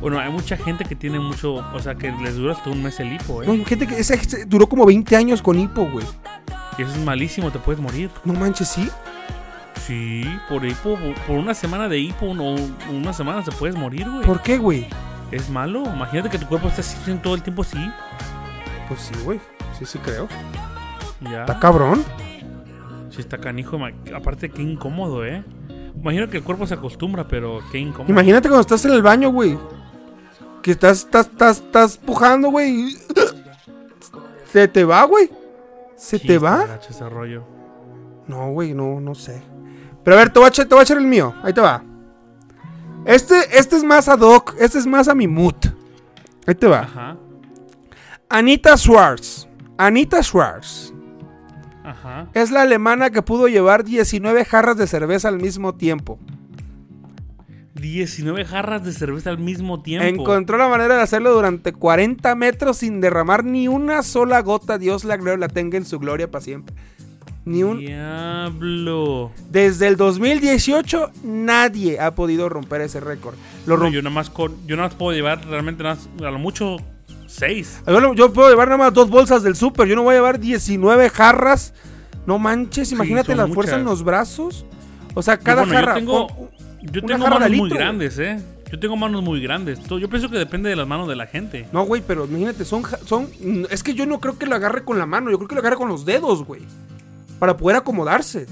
Speaker 3: Bueno, hay mucha gente que tiene mucho. O sea, que les dura hasta un mes el hipo,
Speaker 4: No,
Speaker 3: ¿eh?
Speaker 4: hay gente que ese- ese duró como 20 años con hipo, güey.
Speaker 3: Y eso es malísimo, te puedes morir.
Speaker 4: No manches, sí.
Speaker 3: Sí, por hipo. Por una semana de hipo, no, una semana se puedes morir, güey.
Speaker 4: ¿Por qué, güey?
Speaker 3: Es malo. Imagínate que tu cuerpo esté así todo el tiempo, sí.
Speaker 4: Pues sí, güey. Sí, sí, creo.
Speaker 3: Ya.
Speaker 4: Está cabrón.
Speaker 3: Sí, está canijo. ma- Aparte, qué incómodo, ¿eh? Imagino que el cuerpo se acostumbra, pero qué incómodo.
Speaker 4: Imagínate cuando estás en el baño, güey. Que estás, estás, estás, estás pujando, güey. y- Se te va, güey. Se
Speaker 3: Sí,
Speaker 4: te
Speaker 3: está
Speaker 4: va.
Speaker 3: gacho ese rollo.
Speaker 4: No, güey, no, no sé. Pero a ver, te voy a, echar- te voy a echar el mío. Ahí te va. Este, este es más ad hoc. Este es más a mi mood. Ahí te va.
Speaker 3: Ajá,
Speaker 4: Anita Schwartz. Anita Schwartz.
Speaker 3: ajá.
Speaker 4: Es la alemana que pudo llevar 19 jarras de cerveza al mismo tiempo.
Speaker 3: 19 jarras de cerveza al mismo tiempo.
Speaker 4: Encontró la manera de hacerlo durante 40 metros sin derramar ni una sola gota. Dios la, glo- la tenga en su gloria para siempre. Ni un...
Speaker 3: Diablo.
Speaker 4: Desde el 2018 nadie ha podido romper ese récord. Lo
Speaker 3: No,
Speaker 4: romp-
Speaker 3: yo nada más con- yo nada más puedo llevar realmente nada más- a lo mucho 6.
Speaker 4: yo, lo- yo puedo llevar nada más dos bolsas del súper. Yo no voy a llevar 19 jarras. No manches, imagínate
Speaker 3: son
Speaker 4: la fuerza en
Speaker 3: muchas.
Speaker 4: los brazos. O sea, cada
Speaker 3: bueno,
Speaker 4: jarra...
Speaker 3: yo tengo
Speaker 4: pon-
Speaker 3: yo
Speaker 4: una
Speaker 3: tengo
Speaker 4: jarra
Speaker 3: manos
Speaker 4: de
Speaker 3: muy
Speaker 4: litro, güey.
Speaker 3: grandes, ¿eh? Yo tengo manos muy grandes. Yo pienso que depende de las manos de la gente.
Speaker 4: No, güey, pero imagínate, son, ja- son. mm, Es que yo no creo que lo agarre con la mano, yo creo que lo agarre con los dedos, güey. Para poder acomodarse.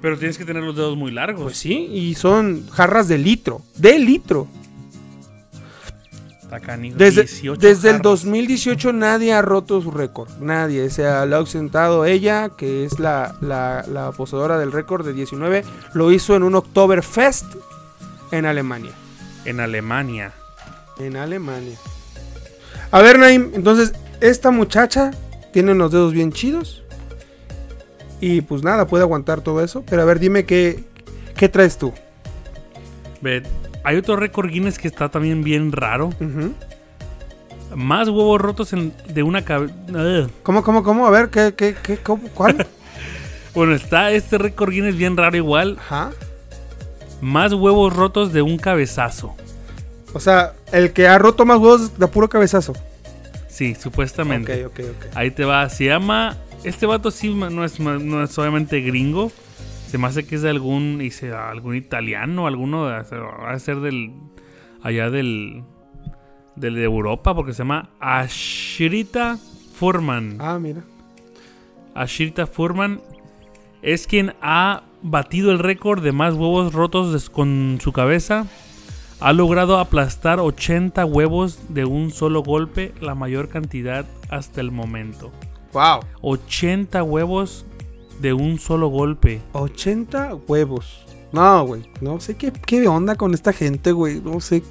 Speaker 3: Pero tienes que tener los dedos muy largos.
Speaker 4: Pues sí, y son jarras de litro. De litro.
Speaker 3: Está canijo.
Speaker 4: Desde,
Speaker 3: 18
Speaker 4: desde el
Speaker 3: jarras.
Speaker 4: 2018 nadie ha roto su récord. Nadie. O sea, lo ha ausentado ella, que es la, la, la poseedora del récord de 19. Lo hizo en un Oktoberfest en Alemania.
Speaker 3: En Alemania.
Speaker 4: En Alemania. A ver, Naim, entonces, esta muchacha tiene unos dedos bien chidos. Y pues nada, puede aguantar todo eso. Pero a ver, dime qué, qué traes tú.
Speaker 3: Ve, Hay otro récord Guinness que está también bien raro.
Speaker 4: Ujú.
Speaker 3: Más huevos rotos en- de una cabeza.
Speaker 4: ¿Cómo, cómo, cómo? A ver, ¿qué, qué, qué, cómo, cuál?
Speaker 3: Bueno, está este récord Guinness bien raro igual.
Speaker 4: Ajá.
Speaker 3: Más huevos rotos de un cabezazo.
Speaker 4: O sea, el que ha roto más huevos de puro cabezazo.
Speaker 3: Sí,
Speaker 4: Ok,
Speaker 3: supuestamente.
Speaker 4: ok, ok.
Speaker 3: Ahí te va. Se llama. Este vato sí ma- no es, ma- no es obviamente gringo. Se me hace que es de algún. dice, ah, algún italiano, alguno. de- Va a ser del. Allá del. Del de Europa, porque se llama Ashirita Furman.
Speaker 4: Ah, mira.
Speaker 3: Ashirita Furman es quien ha batido el récord de más huevos rotos des- con su cabeza. Ha logrado aplastar 80 huevos de un solo golpe, la mayor cantidad hasta el momento.
Speaker 4: Wow.
Speaker 3: 80 huevos de un solo golpe.
Speaker 4: 80 huevos. No, güey. No sé qué, qué onda con esta gente, güey. No sé.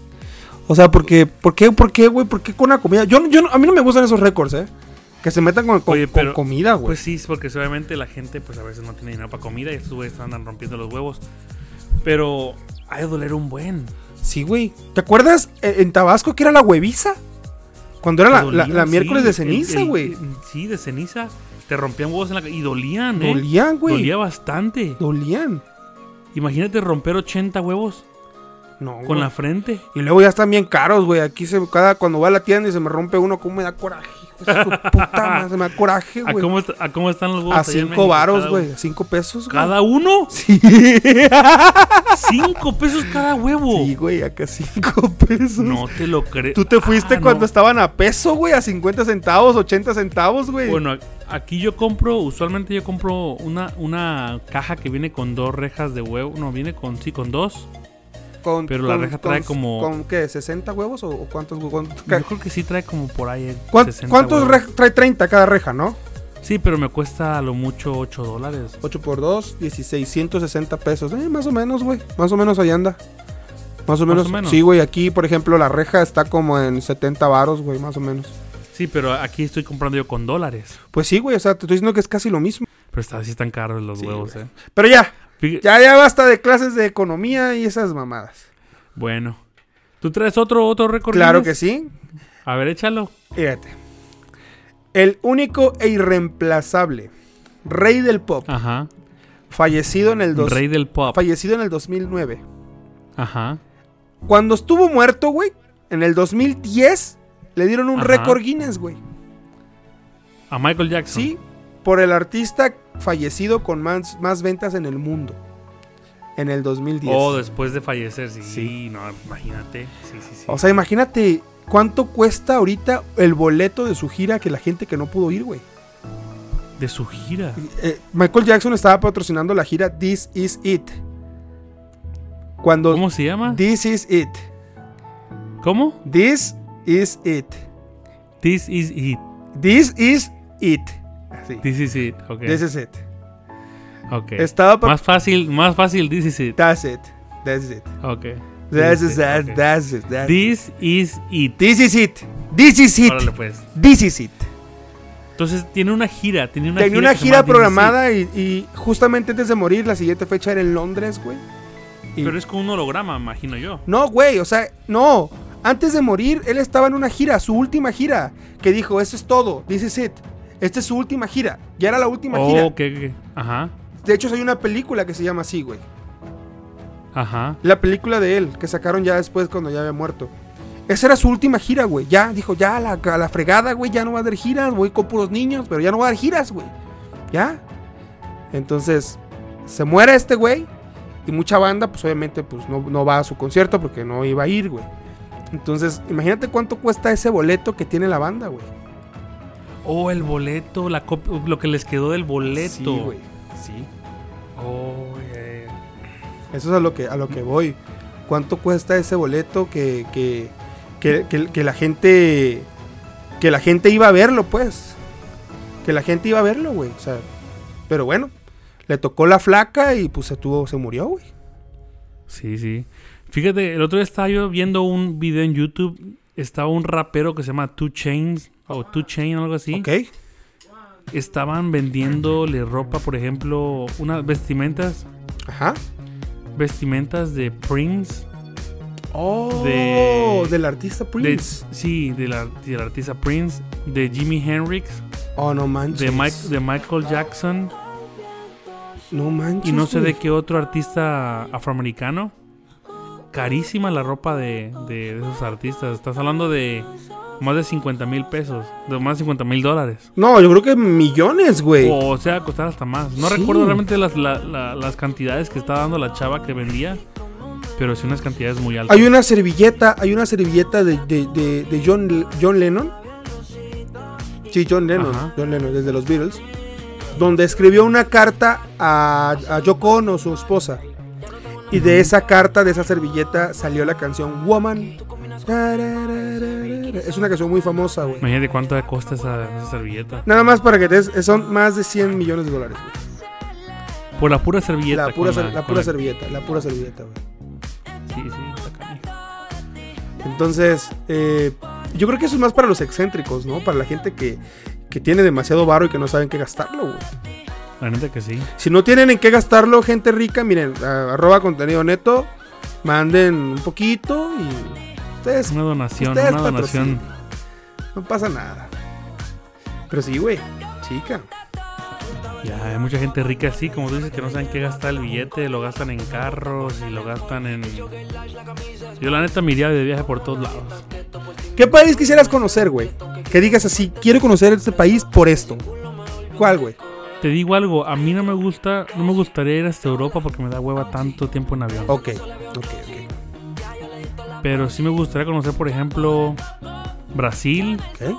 Speaker 4: O sea, porque, ¿por qué, por qué, güey? ¿Por qué con la comida? Yo, no- yo, no- a mí no me gustan esos récords, ¿eh? Que se metan con, con-
Speaker 3: Oye,
Speaker 4: con
Speaker 3: pero-
Speaker 4: comida, güey.
Speaker 3: Pues sí, es porque obviamente la gente pues a veces no tiene dinero para comida y estos güeyes andan rompiendo los huevos. Pero ha de doler un buen.
Speaker 4: sí, güey. ¿Te acuerdas eh, en Tabasco que era la hueviza? Cuando era Ah, la, la- la
Speaker 3: Dolían,
Speaker 4: miércoles
Speaker 3: sí,
Speaker 4: de
Speaker 3: el-
Speaker 4: ceniza,
Speaker 3: el- ¿eh?
Speaker 4: güey.
Speaker 3: Sí, de ceniza. Te rompían huevos en la ca- y dolían, ¿eh?
Speaker 4: Dolían, güey.
Speaker 3: Dolía bastante.
Speaker 4: Dolían.
Speaker 3: Imagínate romper 80 huevos
Speaker 4: No,
Speaker 3: con
Speaker 4: güey.
Speaker 3: la frente.
Speaker 4: Y luego ya están bien caros, güey. Aquí se, cada, cuando va a la tienda y se me rompe uno, ¿cómo me da coraje? hijo de su puta madre, se me da coraje,
Speaker 3: ¿A
Speaker 4: güey.
Speaker 3: cómo, est- a cómo están los huevos?
Speaker 4: A
Speaker 3: allá en
Speaker 4: cinco
Speaker 3: México?
Speaker 4: varos,
Speaker 3: Cada-
Speaker 4: güey. A cinco pesos, güey.
Speaker 3: ¿Cada uno?
Speaker 4: Sí.
Speaker 3: ¿Cinco pesos cada huevo?
Speaker 4: Sí, güey, acá cinco pesos.
Speaker 3: no te lo creo.
Speaker 4: Tú te fuiste
Speaker 3: Ah,
Speaker 4: cuando
Speaker 3: no.
Speaker 4: estaban a peso, güey, a 50 centavos, 80 centavos, güey.
Speaker 3: Bueno, a- aquí yo compro, usualmente yo compro una, una caja que viene con dos rejas de huevo. No, viene con, sí, con dos.
Speaker 4: Con-
Speaker 3: pero la reja trae como-
Speaker 4: ¿Con qué? ¿60 huevos o, o cuántos huevos?
Speaker 3: Yo creo que sí trae como por ahí. eh,
Speaker 4: ¿Cuán-
Speaker 3: 60
Speaker 4: ¿Cuántos
Speaker 3: huevos.
Speaker 4: rejas? Trae 30 cada reja, ¿no?
Speaker 3: Sí, pero me cuesta a lo mucho 8 dólares.
Speaker 4: 8 por 2, 16, 160 pesos. Eh, más o menos, güey. Más o menos ahí anda. Más o menos.
Speaker 3: o menos.
Speaker 4: Sí, güey. Aquí, por ejemplo, la reja está como en 70 varos, güey, más o menos.
Speaker 3: Sí, pero aquí estoy comprando yo con dólares.
Speaker 4: Pues sí, güey. O sea, te estoy diciendo que es casi lo mismo.
Speaker 3: Pero está, sí están caros los
Speaker 4: Sí,
Speaker 3: huevos,
Speaker 4: güey.
Speaker 3: eh.
Speaker 4: Pero ya.
Speaker 3: Fí-
Speaker 4: Ya, ya basta de clases de economía y esas mamadas.
Speaker 3: Bueno. ¿Tú traes otro, otro récord?
Speaker 4: Claro que sí.
Speaker 3: sí. A ver, échalo.
Speaker 4: Fíjate. El único e irreemplazable rey del pop,
Speaker 3: Ajá.
Speaker 4: fallecido en el dos-
Speaker 3: Ah. Rey del pop.
Speaker 4: fallecido en el 2009.
Speaker 3: Ajá.
Speaker 4: Cuando estuvo muerto, güey, en el 2010 le dieron un
Speaker 3: Ajá.
Speaker 4: récord Guinness, güey.
Speaker 3: A Michael Jackson.
Speaker 4: Sí, por el artista fallecido con más, más ventas en el mundo. En el 2010.
Speaker 3: Oh, después de fallecer, sí.
Speaker 4: Sí.
Speaker 3: Sí, no, imagínate. Sí, sí, sí.
Speaker 4: o sea, imagínate cuánto cuesta ahorita el boleto de su gira que la gente que no pudo ir, güey.
Speaker 3: de su gira.
Speaker 4: Eh, Michael Jackson estaba patrocinando la gira This Is It. Cuando
Speaker 3: ¿Cómo se llama?
Speaker 4: This Is It.
Speaker 3: ¿Cómo?
Speaker 4: This Is It.
Speaker 3: This is it.
Speaker 4: This Is It. Así.
Speaker 3: This is it. Ok.
Speaker 4: This is it.
Speaker 3: Ok.
Speaker 4: Estaba pa-
Speaker 3: Más fácil, más fácil, this is it.
Speaker 4: That's it. That's it.
Speaker 3: Ok.
Speaker 4: That's
Speaker 3: This
Speaker 4: it.
Speaker 3: is
Speaker 4: That's,
Speaker 3: it.
Speaker 4: that's it. That's it.
Speaker 3: This is it.
Speaker 4: This is it. This is it.
Speaker 3: Órale, pues.
Speaker 4: This is it.
Speaker 3: Entonces tiene una gira, tiene una
Speaker 4: Tenía
Speaker 3: gira.
Speaker 4: una
Speaker 3: que se llama
Speaker 4: gira
Speaker 3: This Is It.
Speaker 4: programada y, y justamente antes de morir, la siguiente fecha era en Londres, güey. Y-
Speaker 3: Pero es con un holograma, imagino yo.
Speaker 4: No, güey, o sea, no. Antes de morir, él estaba en una gira, su última gira, que dijo, esto es todo, this is it. Esta es su última gira. Ya era la última
Speaker 3: Oh,
Speaker 4: gira.
Speaker 3: ok, ok. Ajá.
Speaker 4: De hecho, hay una película que se llama así, güey.
Speaker 3: Ajá.
Speaker 4: La película de él, que sacaron ya después cuando ya había muerto. Esa era su última gira, güey. Ya, dijo, ya, a la, a la fregada, güey, ya no va a dar giras, voy con puros niños, pero ya no va a dar giras, güey. Ya. Entonces, se muere este güey Y mucha banda, pues obviamente, pues no, no va a su concierto porque no iba a ir, güey. Entonces, imagínate cuánto cuesta ese boleto que tiene la banda, güey.
Speaker 3: Oh, el boleto, la cop- lo que les quedó del boleto.
Speaker 4: Sí, güey. Sí.
Speaker 3: Oh, ya, ya.
Speaker 4: Eso es a lo que, a lo que voy. ¿Cuánto cuesta ese boleto que, que, que- que- que la gente. Que la gente iba a verlo, pues. Que la gente iba a verlo, güey. O sea. Pero bueno. Le tocó la flaca y pues se tuvo, se murió, güey.
Speaker 3: sí, sí. Fíjate, el otro día estaba yo viendo un video en YouTube. Estaba un rapero que se llama Two Chains o Two Chain, algo así.
Speaker 4: Ok.
Speaker 3: Estaban vendiéndole ropa, por ejemplo, unas vestimentas,
Speaker 4: Ajá.
Speaker 3: vestimentas de Prince.
Speaker 4: Oh,
Speaker 3: De-
Speaker 4: del artista
Speaker 3: de-
Speaker 4: Prince.
Speaker 3: sí, de la- del artista Prince, de Jimi Hendrix,
Speaker 4: oh, no manches.
Speaker 3: de, Mike, de Michael Jackson
Speaker 4: No
Speaker 3: y
Speaker 4: manches.
Speaker 3: no sé
Speaker 4: güey.
Speaker 3: de qué otro artista afroamericano. Carísima la ropa de, de esos artistas. Estás hablando de más de 50 mil pesos, de más de 50 mil dólares.
Speaker 4: No, yo creo que millones, güey.
Speaker 3: O sea, costar hasta más. No
Speaker 4: Sí.
Speaker 3: recuerdo realmente las, la- la- las cantidades que estaba dando la chava que vendía, pero sí unas cantidades muy altas.
Speaker 4: Hay una servilleta, hay una servilleta de, de- de- de John, John Lennon. Sí, John Lennon,
Speaker 3: Ajá.
Speaker 4: John Lennon, desde los Beatles. Donde escribió una carta a, a Yoko Ono, su esposa. Y de esa carta, de esa servilleta, salió la canción Woman. Tarararara. Es una canción muy famosa, güey.
Speaker 3: Imagínate cuánto cuesta esa, esa servilleta.
Speaker 4: Nada más para que te des, son más de 100 millones de dólares. güey.
Speaker 3: Por la pura servilleta.
Speaker 4: La pura,
Speaker 3: con
Speaker 4: ser- la
Speaker 3: con
Speaker 4: pura servilleta, la pura servilleta, güey.
Speaker 3: Sí, sí, está canijo.
Speaker 4: Entonces, eh, yo creo que eso es más para los excéntricos, ¿no? Para la gente que, que tiene demasiado varo y que no saben qué gastarlo, güey.
Speaker 3: La neta que sí.
Speaker 4: Si no tienen en qué gastarlo, gente rica, miren, a- arroba contenido neto, manden un poquito y ustedes
Speaker 3: Una donación,
Speaker 4: Ustedes
Speaker 3: una donación.
Speaker 4: no pasa nada. Pero sí, güey, chica.
Speaker 3: Ya, hay mucha gente rica así, como tú dices, que no saben qué gastar el billete, lo gastan en carros y lo gastan en... Yo la neta me iría de viaje por todos lados.
Speaker 4: ¿Qué país quisieras conocer, güey? Que digas así, quiero conocer este país por esto. ¿Cuál, güey?
Speaker 3: Te digo algo, a mí no me gusta, no me gustaría ir hasta Europa porque me da hueva tanto tiempo en avión.
Speaker 4: Ok, ok, ok.
Speaker 3: Pero sí me gustaría conocer, por ejemplo, Brasil.
Speaker 4: okay.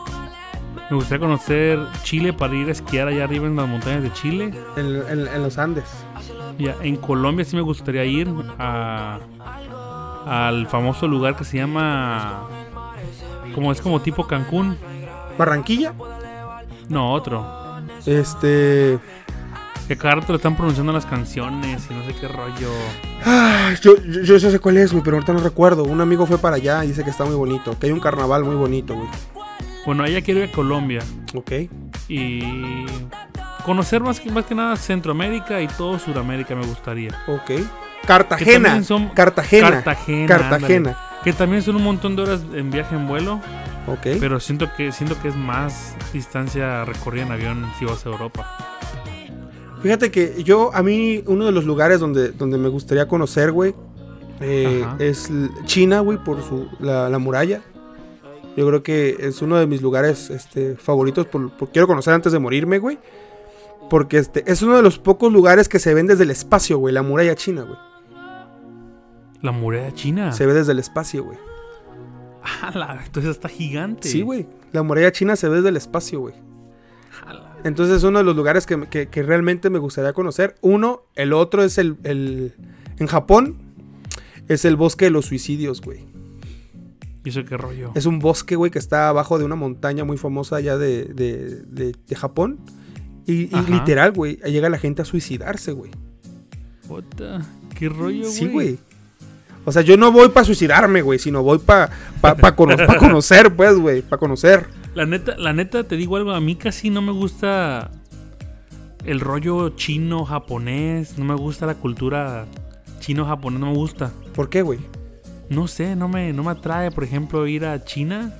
Speaker 3: Me gustaría conocer Chile para ir a esquiar allá arriba en las montañas de Chile.
Speaker 4: En, en- en los Andes.
Speaker 3: Ya, en Colombia sí me gustaría ir a, al famoso lugar que se llama... Como es como tipo Cancún.
Speaker 4: Barranquilla,
Speaker 3: No, otro.
Speaker 4: este...
Speaker 3: Que cada rato le están pronunciando las canciones y no sé qué rollo.
Speaker 4: Ah, Yo, yo, yo ya sé cuál es, güey, pero ahorita no recuerdo. Un amigo fue para allá y dice que está muy bonito, que hay un carnaval muy bonito, güey.
Speaker 3: Bueno, allá quiero ir a Colombia
Speaker 4: Ok.
Speaker 3: y conocer más que, más que nada Centroamérica y todo Sudamérica me gustaría.
Speaker 4: Ok.
Speaker 3: Que
Speaker 4: Cartagena.
Speaker 3: también son-
Speaker 4: Cartagena.
Speaker 3: Cartagena.
Speaker 4: Cartagena.
Speaker 3: ándale. Que también son un montón de horas en viaje en vuelo,
Speaker 4: Ok.
Speaker 3: pero siento que siento que es más distancia recorrida en avión si vas a Europa.
Speaker 4: Fíjate que yo, a mí, uno de los lugares donde, donde me gustaría conocer, güey, eh,
Speaker 3: Ajá.
Speaker 4: es l- China, güey, por su, la, la muralla. Yo creo que es uno de mis lugares este, favoritos, por, por- quiero conocer antes de morirme, güey. Porque este, es uno de los pocos lugares que se ven desde el espacio, güey, la muralla china, güey.
Speaker 3: La muralla china.
Speaker 4: Se ve desde el espacio, güey.
Speaker 3: Ala, entonces está gigante.
Speaker 4: Sí, güey. La muralla china se ve desde el espacio, güey.
Speaker 3: Ala.
Speaker 4: Entonces es uno de los lugares que, que- que realmente me gustaría conocer. Uno, el otro es el, el- En Japón es el bosque de los suicidios, güey.
Speaker 3: ¿Y eso qué rollo?
Speaker 4: Es un bosque, güey, que está abajo de una montaña muy famosa allá de, de- de- de Japón. Y, y
Speaker 3: Ajá.
Speaker 4: literal, güey, ahí llega la gente a suicidarse, güey.
Speaker 3: Puta, ¿Qué rollo,
Speaker 4: Sí, güey. O sea, yo no voy para suicidarme, güey, sino voy para conocer, pues, güey, para conocer.
Speaker 3: La neta, la neta, te digo algo, a mí casi no me gusta el rollo chino, japonés, no me gusta la cultura chino, japonés, no me gusta.
Speaker 4: ¿Por qué, güey?
Speaker 3: No sé, no me, no me atrae, por ejemplo, ir a China,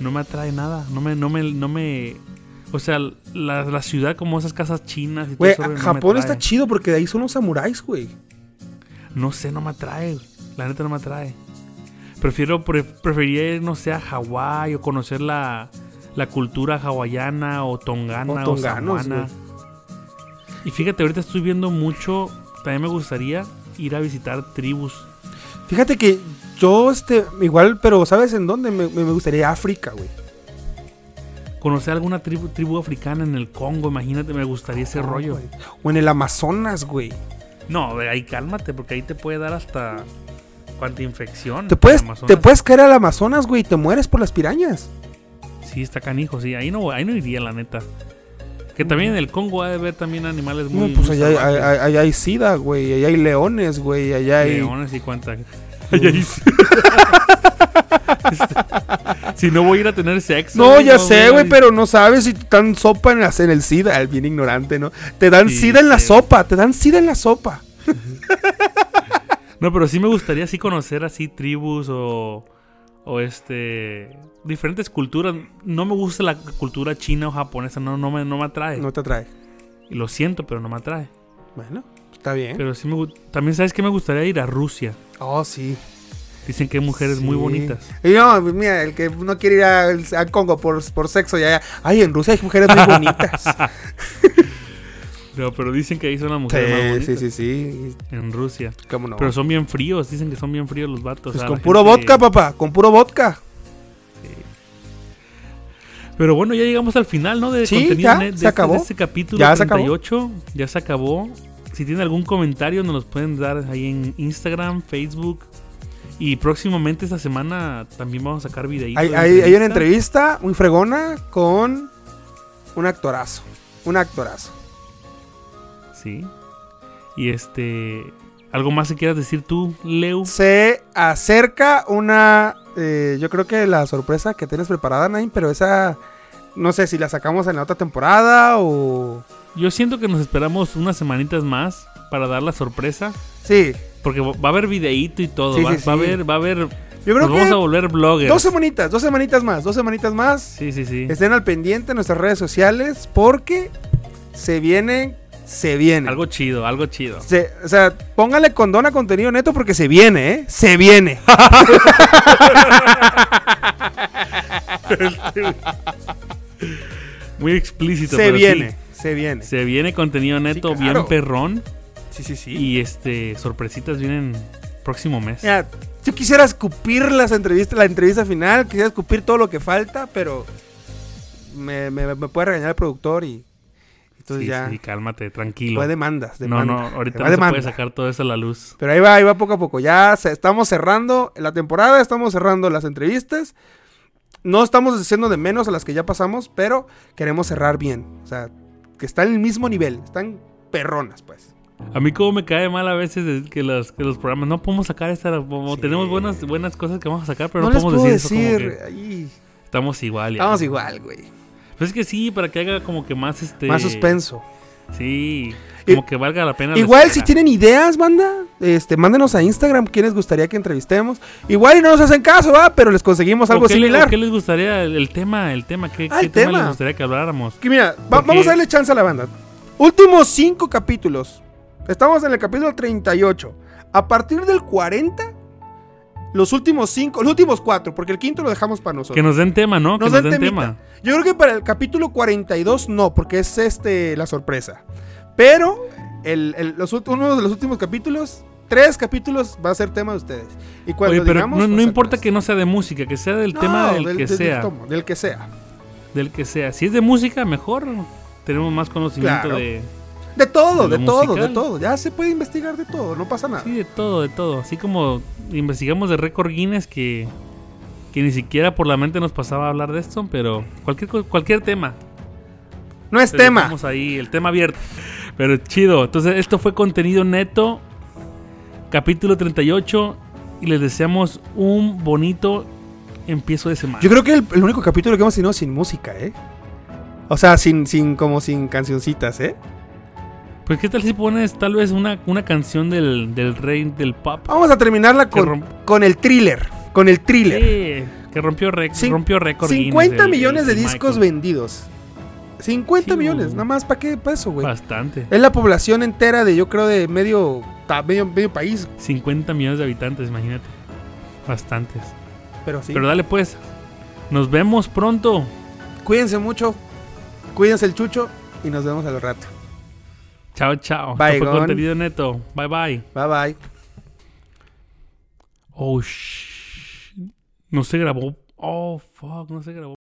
Speaker 3: no me atrae nada, no me, no me, no me, o sea, la, la ciudad como esas casas chinas y todo
Speaker 4: Güey,
Speaker 3: eso, no me
Speaker 4: Japón está
Speaker 3: atrae.
Speaker 4: chido porque de ahí son los samuráis, güey.
Speaker 3: No sé, no me atrae, güey. la neta no me atrae. Prefiero, pre- preferiría ir, no sé, a Hawái o conocer la, la cultura hawaiana o tongana
Speaker 4: O
Speaker 3: o,
Speaker 4: tonganos,
Speaker 3: samoana. Y fíjate, ahorita estoy viendo mucho, también me gustaría ir a visitar tribus.
Speaker 4: Fíjate que yo, este, igual, pero ¿sabes en dónde? Me, me- me gustaría África, güey.
Speaker 3: Conocer alguna tribu, tribu africana en el Congo, imagínate, me gustaría ese rollo.
Speaker 4: Ah, güey. O en el Amazonas, güey.
Speaker 3: No, ve, ahí cálmate, porque ahí te puede dar hasta cuánta infección.
Speaker 4: Te
Speaker 3: en
Speaker 4: puedes,
Speaker 3: Mm, Amazonas.
Speaker 4: te puedes caer al Amazonas, güey, y te mueres por las pirañas.
Speaker 3: Sí, está canijo, sí. Ahí no, ahí no iría, la neta. Que también en el Congo ha de ver también animales muy.
Speaker 4: no, pues
Speaker 3: muy
Speaker 4: allá hay,
Speaker 3: salvajes.
Speaker 4: allá- allá hay sida, güey. Allá hay leones, güey. Allá hay.
Speaker 3: Leones y cuánta. Ay, ay, sí. si no voy a ir a tener sexo.
Speaker 4: No,
Speaker 3: güey,
Speaker 4: ya sé, güey,
Speaker 3: no.
Speaker 4: pero no sabes si te dan sopa en, las- en el SIDA. El bien ignorante, ¿no? Te dan
Speaker 3: Sí,
Speaker 4: SIDA en la
Speaker 3: sí.
Speaker 4: sopa, te dan SIDA en la sopa.
Speaker 3: No, pero sí me gustaría así conocer así tribus o. O este. Diferentes culturas. No me gusta la cultura china o japonesa. No, no, me, no me atrae.
Speaker 4: No te atrae.
Speaker 3: Y Lo siento, pero no me atrae.
Speaker 4: Bueno, está bien.
Speaker 3: Pero sí me gu- También sabes que me gustaría ir a Rusia.
Speaker 4: oh, sí.
Speaker 3: Dicen que hay mujeres muy
Speaker 4: Sí.
Speaker 3: bonitas.
Speaker 4: Y no, pues, mira, el que no quiere ir al- a, Congo por, por sexo, ya, ya. Ay, en Rusia hay mujeres muy bonitas.
Speaker 3: No, pero dicen que ahí son las mujeres más
Speaker 4: sí,
Speaker 3: bonitas.
Speaker 4: sí, sí, sí.
Speaker 3: En Rusia.
Speaker 4: ¿Cómo no?
Speaker 3: Pero son bien fríos. Dicen que son bien fríos los vatos.
Speaker 4: pues
Speaker 3: o sea,
Speaker 4: con
Speaker 3: la
Speaker 4: puro
Speaker 3: gente-
Speaker 4: vodka, papá, con puro vodka.
Speaker 3: Pero bueno, ya llegamos al final, ¿no? De
Speaker 4: Sí,
Speaker 3: contenido
Speaker 4: ya,
Speaker 3: net de
Speaker 4: se
Speaker 3: este- de
Speaker 4: acabó.
Speaker 3: este capítulo
Speaker 4: Ya se acabó.
Speaker 3: 38. Ya se acabó. Si tienen algún comentario, nos los pueden dar ahí en Instagram, Facebook. Y próximamente esta semana también vamos a sacar videitos.
Speaker 4: Hay,
Speaker 3: de
Speaker 4: hay- hay una entrevista muy fregona con un actorazo. Un actorazo.
Speaker 3: Sí. Y este. ¿Algo más que quieras decir tú, Leo?
Speaker 4: Se acerca una. eh, yo creo que la sorpresa que tienes preparada, Nain, pero esa. No sé si la sacamos en la otra temporada o.
Speaker 3: Yo siento que nos esperamos unas semanitas más para dar la sorpresa.
Speaker 4: Sí.
Speaker 3: Porque va va a haber videíto y todo.
Speaker 4: Sí,
Speaker 3: va,
Speaker 4: sí,
Speaker 3: va a
Speaker 4: sí.
Speaker 3: haber, va a haber.
Speaker 4: Yo creo
Speaker 3: Nos vamos a
Speaker 4: que.
Speaker 3: volver bloggers.
Speaker 4: Dos semanitas, dos semanitas más, dos semanitas más.
Speaker 3: Sí, sí, sí.
Speaker 4: Estén al pendiente en nuestras redes sociales porque se viene, se viene.
Speaker 3: Algo chido, algo chido.
Speaker 4: Se- o sea, póngale condón a contenido neto porque se viene, ¿eh? Se viene.
Speaker 3: Muy explícito.
Speaker 4: se
Speaker 3: pero sí.
Speaker 4: viene, se viene.
Speaker 3: Se viene contenido neto
Speaker 4: Sí, claro.
Speaker 3: bien perrón.
Speaker 4: Sí, sí, sí.
Speaker 3: Y este, sorpresitas vienen próximo mes.
Speaker 4: Mira, yo quisiera escupir las entrevistas, la entrevista final, quisiera escupir todo lo que falta, pero me, me- me puede regañar el productor y entonces
Speaker 3: sí,
Speaker 4: ya.
Speaker 3: sí, cálmate, tranquilo.
Speaker 4: Pues demandas,
Speaker 3: no,
Speaker 4: demandas.
Speaker 3: no, ahorita
Speaker 4: va
Speaker 3: no se
Speaker 4: demanda.
Speaker 3: puede sacar todo eso a la luz.
Speaker 4: Pero ahí va, ahí va poco a poco. Ya se- estamos cerrando la temporada, estamos cerrando las entrevistas. No estamos haciendo de menos a las que ya pasamos, pero queremos cerrar bien. O sea, que está en el mismo nivel, están perronas, pues.
Speaker 3: A mí como me cae mal a veces es que, las- que los programas no podemos sacar esta... como
Speaker 4: Sí.
Speaker 3: Tenemos buenas, buenas cosas que vamos a sacar, pero
Speaker 4: no
Speaker 3: no,
Speaker 4: les
Speaker 3: podemos
Speaker 4: puedo
Speaker 3: decir,
Speaker 4: decir.
Speaker 3: eso. como que
Speaker 4: ahí.
Speaker 3: estamos igual. ya.
Speaker 4: Estamos igual, güey.
Speaker 3: Pues es que sí, para que haga como que más este...
Speaker 4: Más suspenso.
Speaker 3: Sí,
Speaker 4: Y-
Speaker 3: como que valga la pena. la
Speaker 4: Igual si
Speaker 3: espera.
Speaker 4: tienen ideas, banda, este, mándenos a Instagram quiénes gustaría que entrevistemos. Igual y no nos hacen caso, va, pero les conseguimos
Speaker 3: ¿O
Speaker 4: algo
Speaker 3: qué le-
Speaker 4: similar.
Speaker 3: o ¿Qué les gustaría? El, el tema, el tema. ¿Qué,
Speaker 4: Ah,
Speaker 3: qué
Speaker 4: el
Speaker 3: tema.
Speaker 4: tema.
Speaker 3: les gustaría que habláramos?
Speaker 4: Que mira, va-
Speaker 3: Porque-
Speaker 4: vamos a darle chance a la banda. Últimos cinco capítulos. Estamos en el capítulo 38. A partir del 40, los últimos cinco, los últimos cuatro, porque el quinto lo dejamos para nosotros.
Speaker 3: Que nos den tema, ¿no?
Speaker 4: Nos
Speaker 3: que
Speaker 4: den temita. Yo creo que para el capítulo 42 no, porque es este la sorpresa. Pero el- el- los, ult- uno de los últimos capítulos, tres capítulos, va a ser tema de ustedes. Y cuando
Speaker 3: Oye, pero
Speaker 4: digamos,
Speaker 3: no,
Speaker 4: va a
Speaker 3: no
Speaker 4: ser
Speaker 3: importa que no sea
Speaker 4: nuestro.
Speaker 3: de música, que sea del tema
Speaker 4: No,
Speaker 3: del, que sea.
Speaker 4: tomo, del que sea.
Speaker 3: Del que sea. Si es de música, mejor. Tenemos más conocimiento
Speaker 4: Claro.
Speaker 3: de.
Speaker 4: De todo,
Speaker 3: De
Speaker 4: de,
Speaker 3: lo
Speaker 4: todo,
Speaker 3: musical.
Speaker 4: de todo. Ya se puede investigar de todo, no pasa nada.
Speaker 3: Sí, de todo, de todo. Así como investigamos de récord Guinness que. Que ni siquiera por la mente nos pasaba a hablar de esto, pero cualquier, co- cualquier tema.
Speaker 4: no es
Speaker 3: Pero
Speaker 4: tema.
Speaker 3: dejamos ahí, el tema abierto. Pero chido. Entonces, esto fue contenido neto, capítulo 38. Y les deseamos un bonito empiezo de semana.
Speaker 4: Yo creo que el, el único capítulo que hemos tenido sin música, ¿eh? O sea, sin, sin, como sin cancioncitas, ¿eh?
Speaker 3: Pues, ¿qué tal si pones tal vez una, una canción del, del rey del pop?
Speaker 4: Vamos a terminarla
Speaker 3: Que,
Speaker 4: con,
Speaker 3: romp-
Speaker 4: con el thriller. Con el thriller.
Speaker 3: Sí, que rompió, rec-
Speaker 4: Cin-
Speaker 3: rompió récord.
Speaker 4: 50
Speaker 3: Guinness el-
Speaker 4: millones
Speaker 3: el-
Speaker 4: de
Speaker 3: el
Speaker 4: discos
Speaker 3: Michael.
Speaker 4: vendidos. 50
Speaker 3: Sí,
Speaker 4: millones,
Speaker 3: güey.
Speaker 4: nada más, ¿para qué? Para eso, güey.
Speaker 3: Bastante.
Speaker 4: Es la población entera de, yo creo, de medio, ta- medio, medio país,
Speaker 3: 50 millones de habitantes, imagínate. Bastantes.
Speaker 4: pero sí.
Speaker 3: Pero dale pues. Nos vemos pronto.
Speaker 4: Cuídense mucho, cuídense el chucho y nos vemos al rato.
Speaker 3: Chao, chao.
Speaker 4: Bye,
Speaker 3: Esto fue
Speaker 4: Gon.
Speaker 3: contenido neto. Bye, bye.
Speaker 4: Bye bye.
Speaker 3: Oh, shh. No se grabó. Oh, fuck, no se grabó.